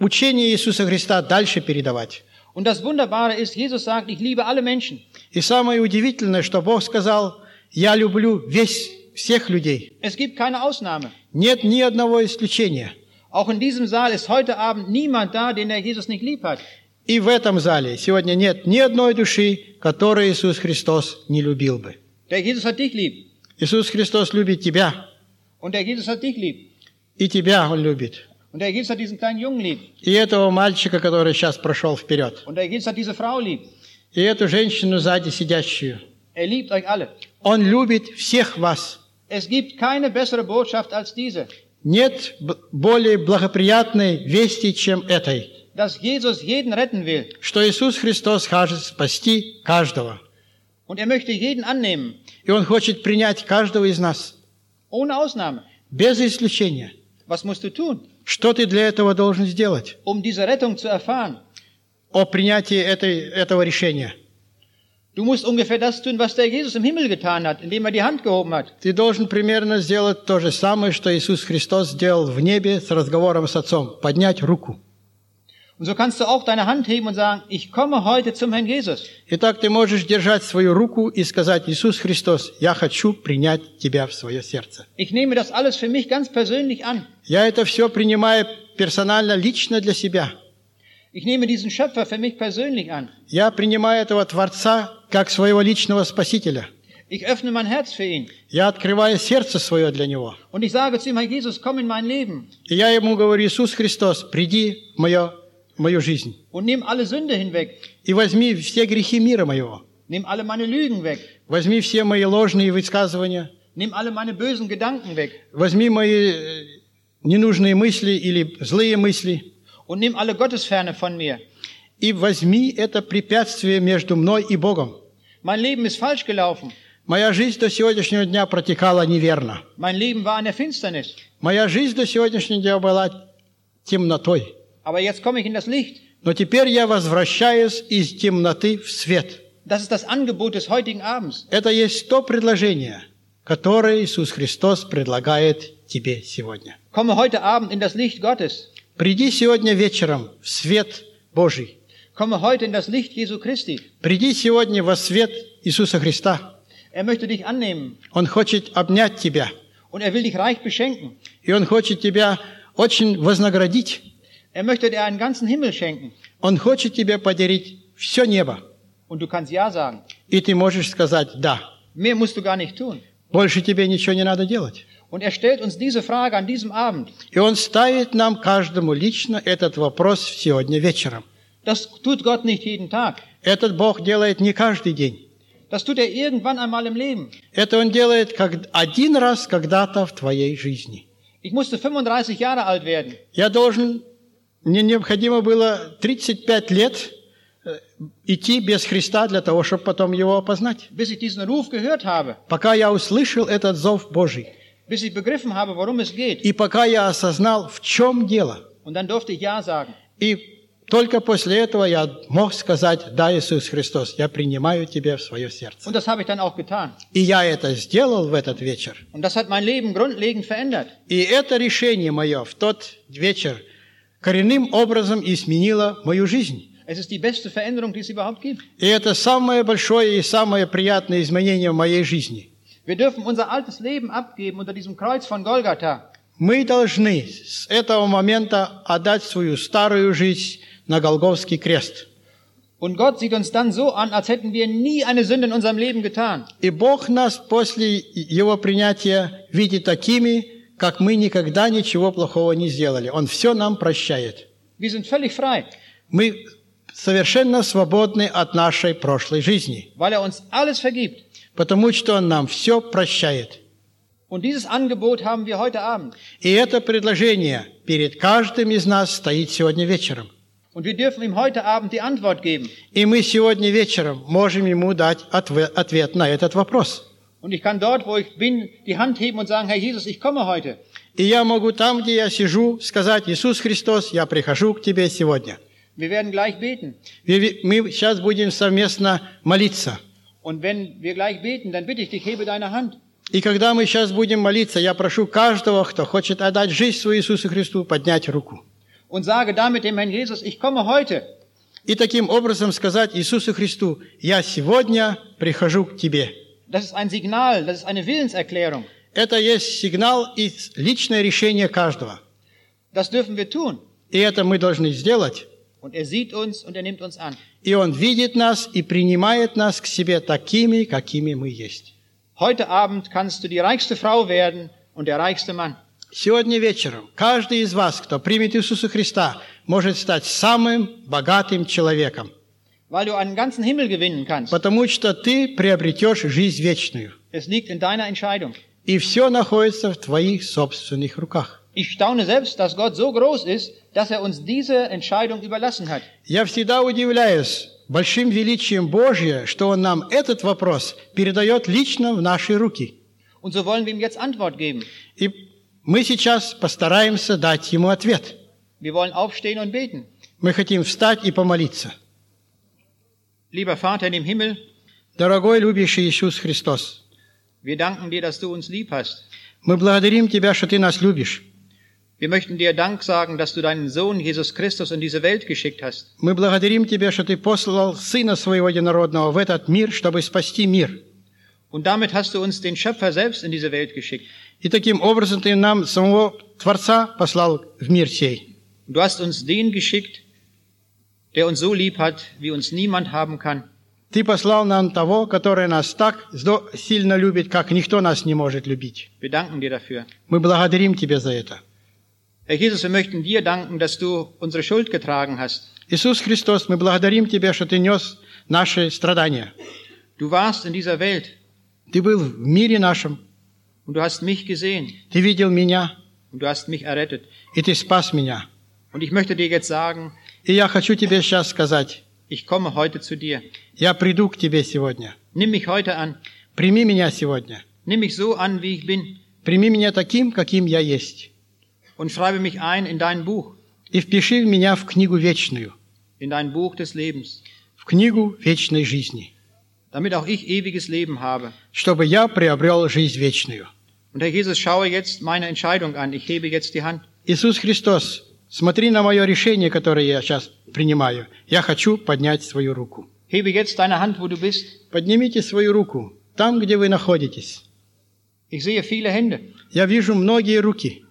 S2: учения Иисуса Христа дальше передавать.
S1: Und das Wunderbare ist, Jesus sagt, ich liebe alle Menschen.
S2: И самое удивительное, что Бог сказал, я люблю весь, всех людей.
S1: Es gibt keine Ausnahme.
S2: Нет ни одного исключения.
S1: Auch in diesem Saal ist heute Abend niemand da, den der Jesus nicht lieb hat.
S2: И в этом зале сегодня нет ни одной души, которую Иисус Христос не любил бы.
S1: Der Jesus hat dich lieb.
S2: Иисус Христос любит тебя,
S1: Und der Jesus hat dich lieb.
S2: и тебя Он любит.
S1: Und der Jesus hat diesen kleinen Jungen lieb.
S2: И этого мальчика, который сейчас прошел вперед,
S1: Und der Jesus hat diese Frau lieb.
S2: и эту женщину сзади сидящую.
S1: Er liebt euch alle.
S2: Он любит всех вас.
S1: Es gibt keine bessere Botschaft als diese,
S2: Нет б- более благоприятной вести, чем этой,
S1: dass Jesus jeden retten will.
S2: что Иисус Христос хочет спасти каждого.
S1: Und er möchte jeden annehmen.
S2: И Он хочет принять каждого из нас,
S1: Ohne Ausnahme.
S2: без исключения.
S1: Was musst du tun,
S2: Что ты для этого должен сделать
S1: um diese Rettung zu erfahren?
S2: о принятии этой, этого решения?
S1: Du musst ungefähr das tun, was der Jesus im Himmel getan hat, indem er die Hand gehoben hat.
S2: Ты должен примерно сделать то же самое, что Иисус Христос сделал в небе с разговором с Отцом. Поднять руку.
S1: Und so kannst du auch deine Hand heben und sagen, ich komme heute zum Herrn Jesus.
S2: Итак, ты можешь держать свою руку и сказать, Иисус Христос, я хочу принять тебя в свое сердце.
S1: Ich nehme das alles für mich ganz persönlich an.
S2: Я это все принимаю персонально, лично для себя.
S1: Ich nehme diesen Schöpfer für mich persönlich an.
S2: Я принимаю этого Творца как своего личного Спасителя.
S1: Ich öffne mein Herz für ihn.
S2: Я открываю сердце свое для Него.
S1: Und ich sage zu ihm, Herr Jesus, komm in mein Leben
S2: И я Ему говорю, Иисус Христос, приди в, мое, в мою жизнь
S1: und nimm alle Sünde hinweg.
S2: и возьми все грехи мира моего.
S1: Nimm alle meine Lügen weg.
S2: Возьми все мои ложные высказывания,
S1: Nimm alle meine bösen Gedanken weg.
S2: Возьми мои э, ненужные мысли или злые мысли
S1: Und nimm alle Gottesferne von mir.
S2: и возьми это препятствие между мной и Богом.
S1: Mein Leben ist falsch gelaufen.
S2: Моя жизнь до сегодняшнего дня протекала неверно.
S1: Mein Leben war in der Finsternis.
S2: Моя жизнь до сегодняшнего дня была темнотой.
S1: Aber jetzt komme ich in das Licht.
S2: Но теперь я возвращаюсь из темноты в свет.
S1: Das ist das Angebot des heutigen Abends.
S2: Это есть то предложение, которое Иисус Христос предлагает тебе сегодня.
S1: Komme heute Abend in das Licht Gottes.
S2: Приди сегодня вечером в свет Божий.
S1: Komme heute in das Licht Jesu Christi.
S2: Приди сегодня во свет Иисуса Христа.
S1: Er möchte dich annehmen
S2: Он хочет обнять тебя.
S1: und er will dich reich beschenken.
S2: И Он хочет тебя очень вознаградить.
S1: Er möchte dir einen ganzen Himmel schenken.
S2: Он хочет тебе подарить все небо.
S1: Und du kannst Ja sagen.
S2: И ты можешь сказать «да».
S1: Mehr musst du gar nicht tun.
S2: Больше тебе ничего не надо делать.
S1: Und er stellt uns diese Frage an diesem Abend.
S2: И Он ставит нам каждому лично этот вопрос сегодня вечером.
S1: Das tut Gott nicht jeden Tag.
S2: Этот Бог делает не каждый день.
S1: Das tut er irgendwann einmal im Leben.
S2: Это Он делает как один раз когда-то в твоей жизни.
S1: Ich musste 35 Jahre alt werden.
S2: Я должен, мне необходимо было 35 лет э, идти без Христа для того, чтобы потом его опознать.
S1: bis ich diesen Ruf gehört habe,
S2: Пока я услышал этот зов Божий,
S1: bis ich begriffen habe, worum es geht.
S2: И пока я осознал, в чем дело,
S1: Und dann durfte ich Ja sagen.
S2: и только после этого я мог сказать, да, Иисус Христос, я принимаю Тебя в свое сердце.
S1: Und das habe ich dann auch getan.
S2: И я это сделал в этот вечер.
S1: Und das hat mein Leben grundlegend verändert.
S2: И это решение мое в тот вечер коренным образом изменило мою жизнь.
S1: Es ist die beste Veränderung, die es überhaupt gibt.
S2: И это самое большое и самое приятное изменение в моей жизни.
S1: Wir dürfen unser altes Leben abgeben unter diesem Kreuz von Golgatha.
S2: Мы должны с этого момента отдать свою старую жизнь на Голговский крест.
S1: Und Gott sieht uns dann so an, als hätten wir nie eine Sünde in unserem Leben getan.
S2: И Бог нас после его принятия видит такими, как мы никогда ничего плохого не сделали. Он все нам прощает.
S1: Wir sind völlig frei,
S2: Мы совершенно свободны от нашей прошлой жизни,
S1: weil er uns alles vergibt.
S2: потому что Он нам все прощает.
S1: Und dieses Angebot haben wir heute Abend.
S2: И это предложение перед каждым из нас стоит сегодня вечером.
S1: Und wir dürfen ihm heute Abend die Antwort geben.
S2: И мы сегодня вечером можем ему дать отве- ответ на этот вопрос.
S1: Und ich kann dort, wo ich bin, die Hand heben und sagen, Herr Jesus, ich komme heute.
S2: И я могу там, где я сижу, сказать, Иисус Христос, я прихожу к Тебе сегодня.
S1: Wir werden gleich beten.
S2: Ви- ви- Мы сейчас будем совместно молиться.
S1: Und wenn wir gleich beten, dann bitte ich dich, hebe deine Hand.
S2: И когда мы сейчас будем молиться, я прошу каждого, кто хочет отдать жизнь свою Иисусу Христу, поднять руку.
S1: Und sage damit dem Herrn Jesus, ich komme heute.
S2: И таким образом сказать Иисусу Христу, я сегодня прихожу к Тебе.
S1: Das ist ein Signal, das ist eine Willenserklärung.
S2: Это есть сигнал и с- личное решение каждого.
S1: Das dürfen wir tun.
S2: И это мы должны сделать.
S1: Und er sieht uns und er nimmt uns an.
S2: И Он видит нас и принимает нас к себе такими, какими мы есть.
S1: Heute Abend kannst du die reichste Frau werden und der reichste Mann.
S2: Сегодня вечером каждый из вас, кто примет Иисуса Христа, может стать самым богатым человеком,
S1: Weil du einen ganzen Himmel gewinnen kannst.
S2: потому что ты приобретешь жизнь вечную.
S1: Es liegt in deiner Entscheidung.
S2: И все находится в твоих собственных руках.
S1: Ich staune selbst, dass Gott so groß ist, dass er uns diese Entscheidung überlassen hat.
S2: Я всегда удивляюсь большим величием Божье, что Он нам этот вопрос передает лично в наши руки.
S1: Und so wollen wir ihm jetzt Antwort geben.
S2: И мы сейчас постараемся дать Ему ответ.
S1: Wir wollen aufstehen und beten.
S2: Мы хотим встать и помолиться.
S1: Lieber Vater im Himmel,
S2: Дорогой любящий Иисус Христос,
S1: wir danken dir, dass du uns lieb hast.
S2: мы благодарим Тебя, что Ты нас любишь.
S1: Wir möchten dir Dank sagen, dass du deinen Sohn Jesus Christus in diese Welt geschickt hast.
S2: Мы благодарим Тебя, что Ты послал Сына Своего Единородного в этот мир, чтобы спасти мир.
S1: Und damit hast du uns den Schöpfer selbst in diese Welt geschickt.
S2: И таким образом Ты нам самого Творца послал в мир сей.
S1: Du hast uns den geschickt, der uns so lieb hat, wie uns niemand haben kann.
S2: Ты послал нам того, который нас так здо- сильно любит, как никто нас не может любить.
S1: Wir danken dir dafür.
S2: Мы благодарим Тебя за это.
S1: Herr Jesus, wir möchten dir danken, dass du unsere Schuld getragen hast.
S2: Иисус Христос, мы благодарим Тебя, что Ты нес наши страдания.
S1: Du warst in dieser Welt
S2: Ты был в мире нашем,
S1: und du hast mich gesehen
S2: Ты видел меня,
S1: und du hast mich errettet.
S2: и Ты спас меня.
S1: Und ich möchte dir jetzt sagen,
S2: И я хочу Тебе сейчас сказать,
S1: ich komme heute zu dir.
S2: я приду к Тебе сегодня.
S1: Nimm mich heute an.
S2: Прими меня сегодня.
S1: Nimm mich so an, wie ich bin
S2: Прими меня таким, каким я есть.
S1: und schreibe mich ein in dein Buch,
S2: И впиши меня в книгу вечную,
S1: in dein Buch des Lebens,
S2: в книгу вечной жизни,
S1: damit auch ich ewiges Leben habe.
S2: чтобы я приобрел жизнь вечную.
S1: Und Herr Jesus, schaue jetzt meine Entscheidung an. Ich hebe jetzt die Hand.
S2: Иисус Христос, смотри на мое решение, которое я сейчас принимаю. Я хочу поднять свою руку.
S1: Hebe jetzt deine Hand, wo du bist.
S2: Поднимите свою руку там, где вы находитесь.
S1: Ich sehe viele Hände.
S2: Я вижу многие руки.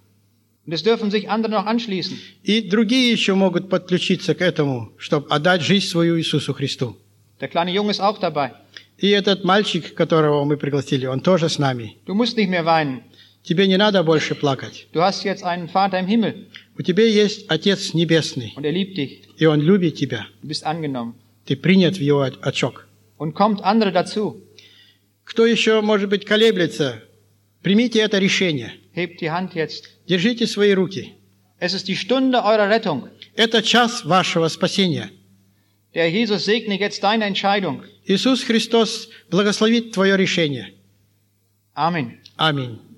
S1: Und es dürfen sich andere noch anschließen.
S2: И другие еще могут подключиться к этому, чтобы отдать жизнь свою Иисусу Христу.
S1: Der kleine Junge ist auch dabei.
S2: И этот мальчик, которого мы пригласили, он тоже с нами.
S1: Du musst nicht mehr weinen.
S2: Тебе не надо больше плакать.
S1: Du hast jetzt einen Vater im Himmel
S2: У тебя есть Отец Небесный,
S1: und er liebt dich.
S2: и Он любит тебя.
S1: Du bist angenommen.
S2: Ты принят в Его от- отчок.
S1: Und kommt andere dazu.
S2: Кто еще, может быть, колеблется, примите это решение.
S1: Hebt die Hand jetzt.
S2: Держите свои руки.
S1: Es ist die Stunde eurer Rettung.
S2: Это час вашего спасения.
S1: Der Jesus segne jetzt deine Entscheidung.
S2: Иисус Христос благословит твое решение.
S1: Amen.
S2: Аминь.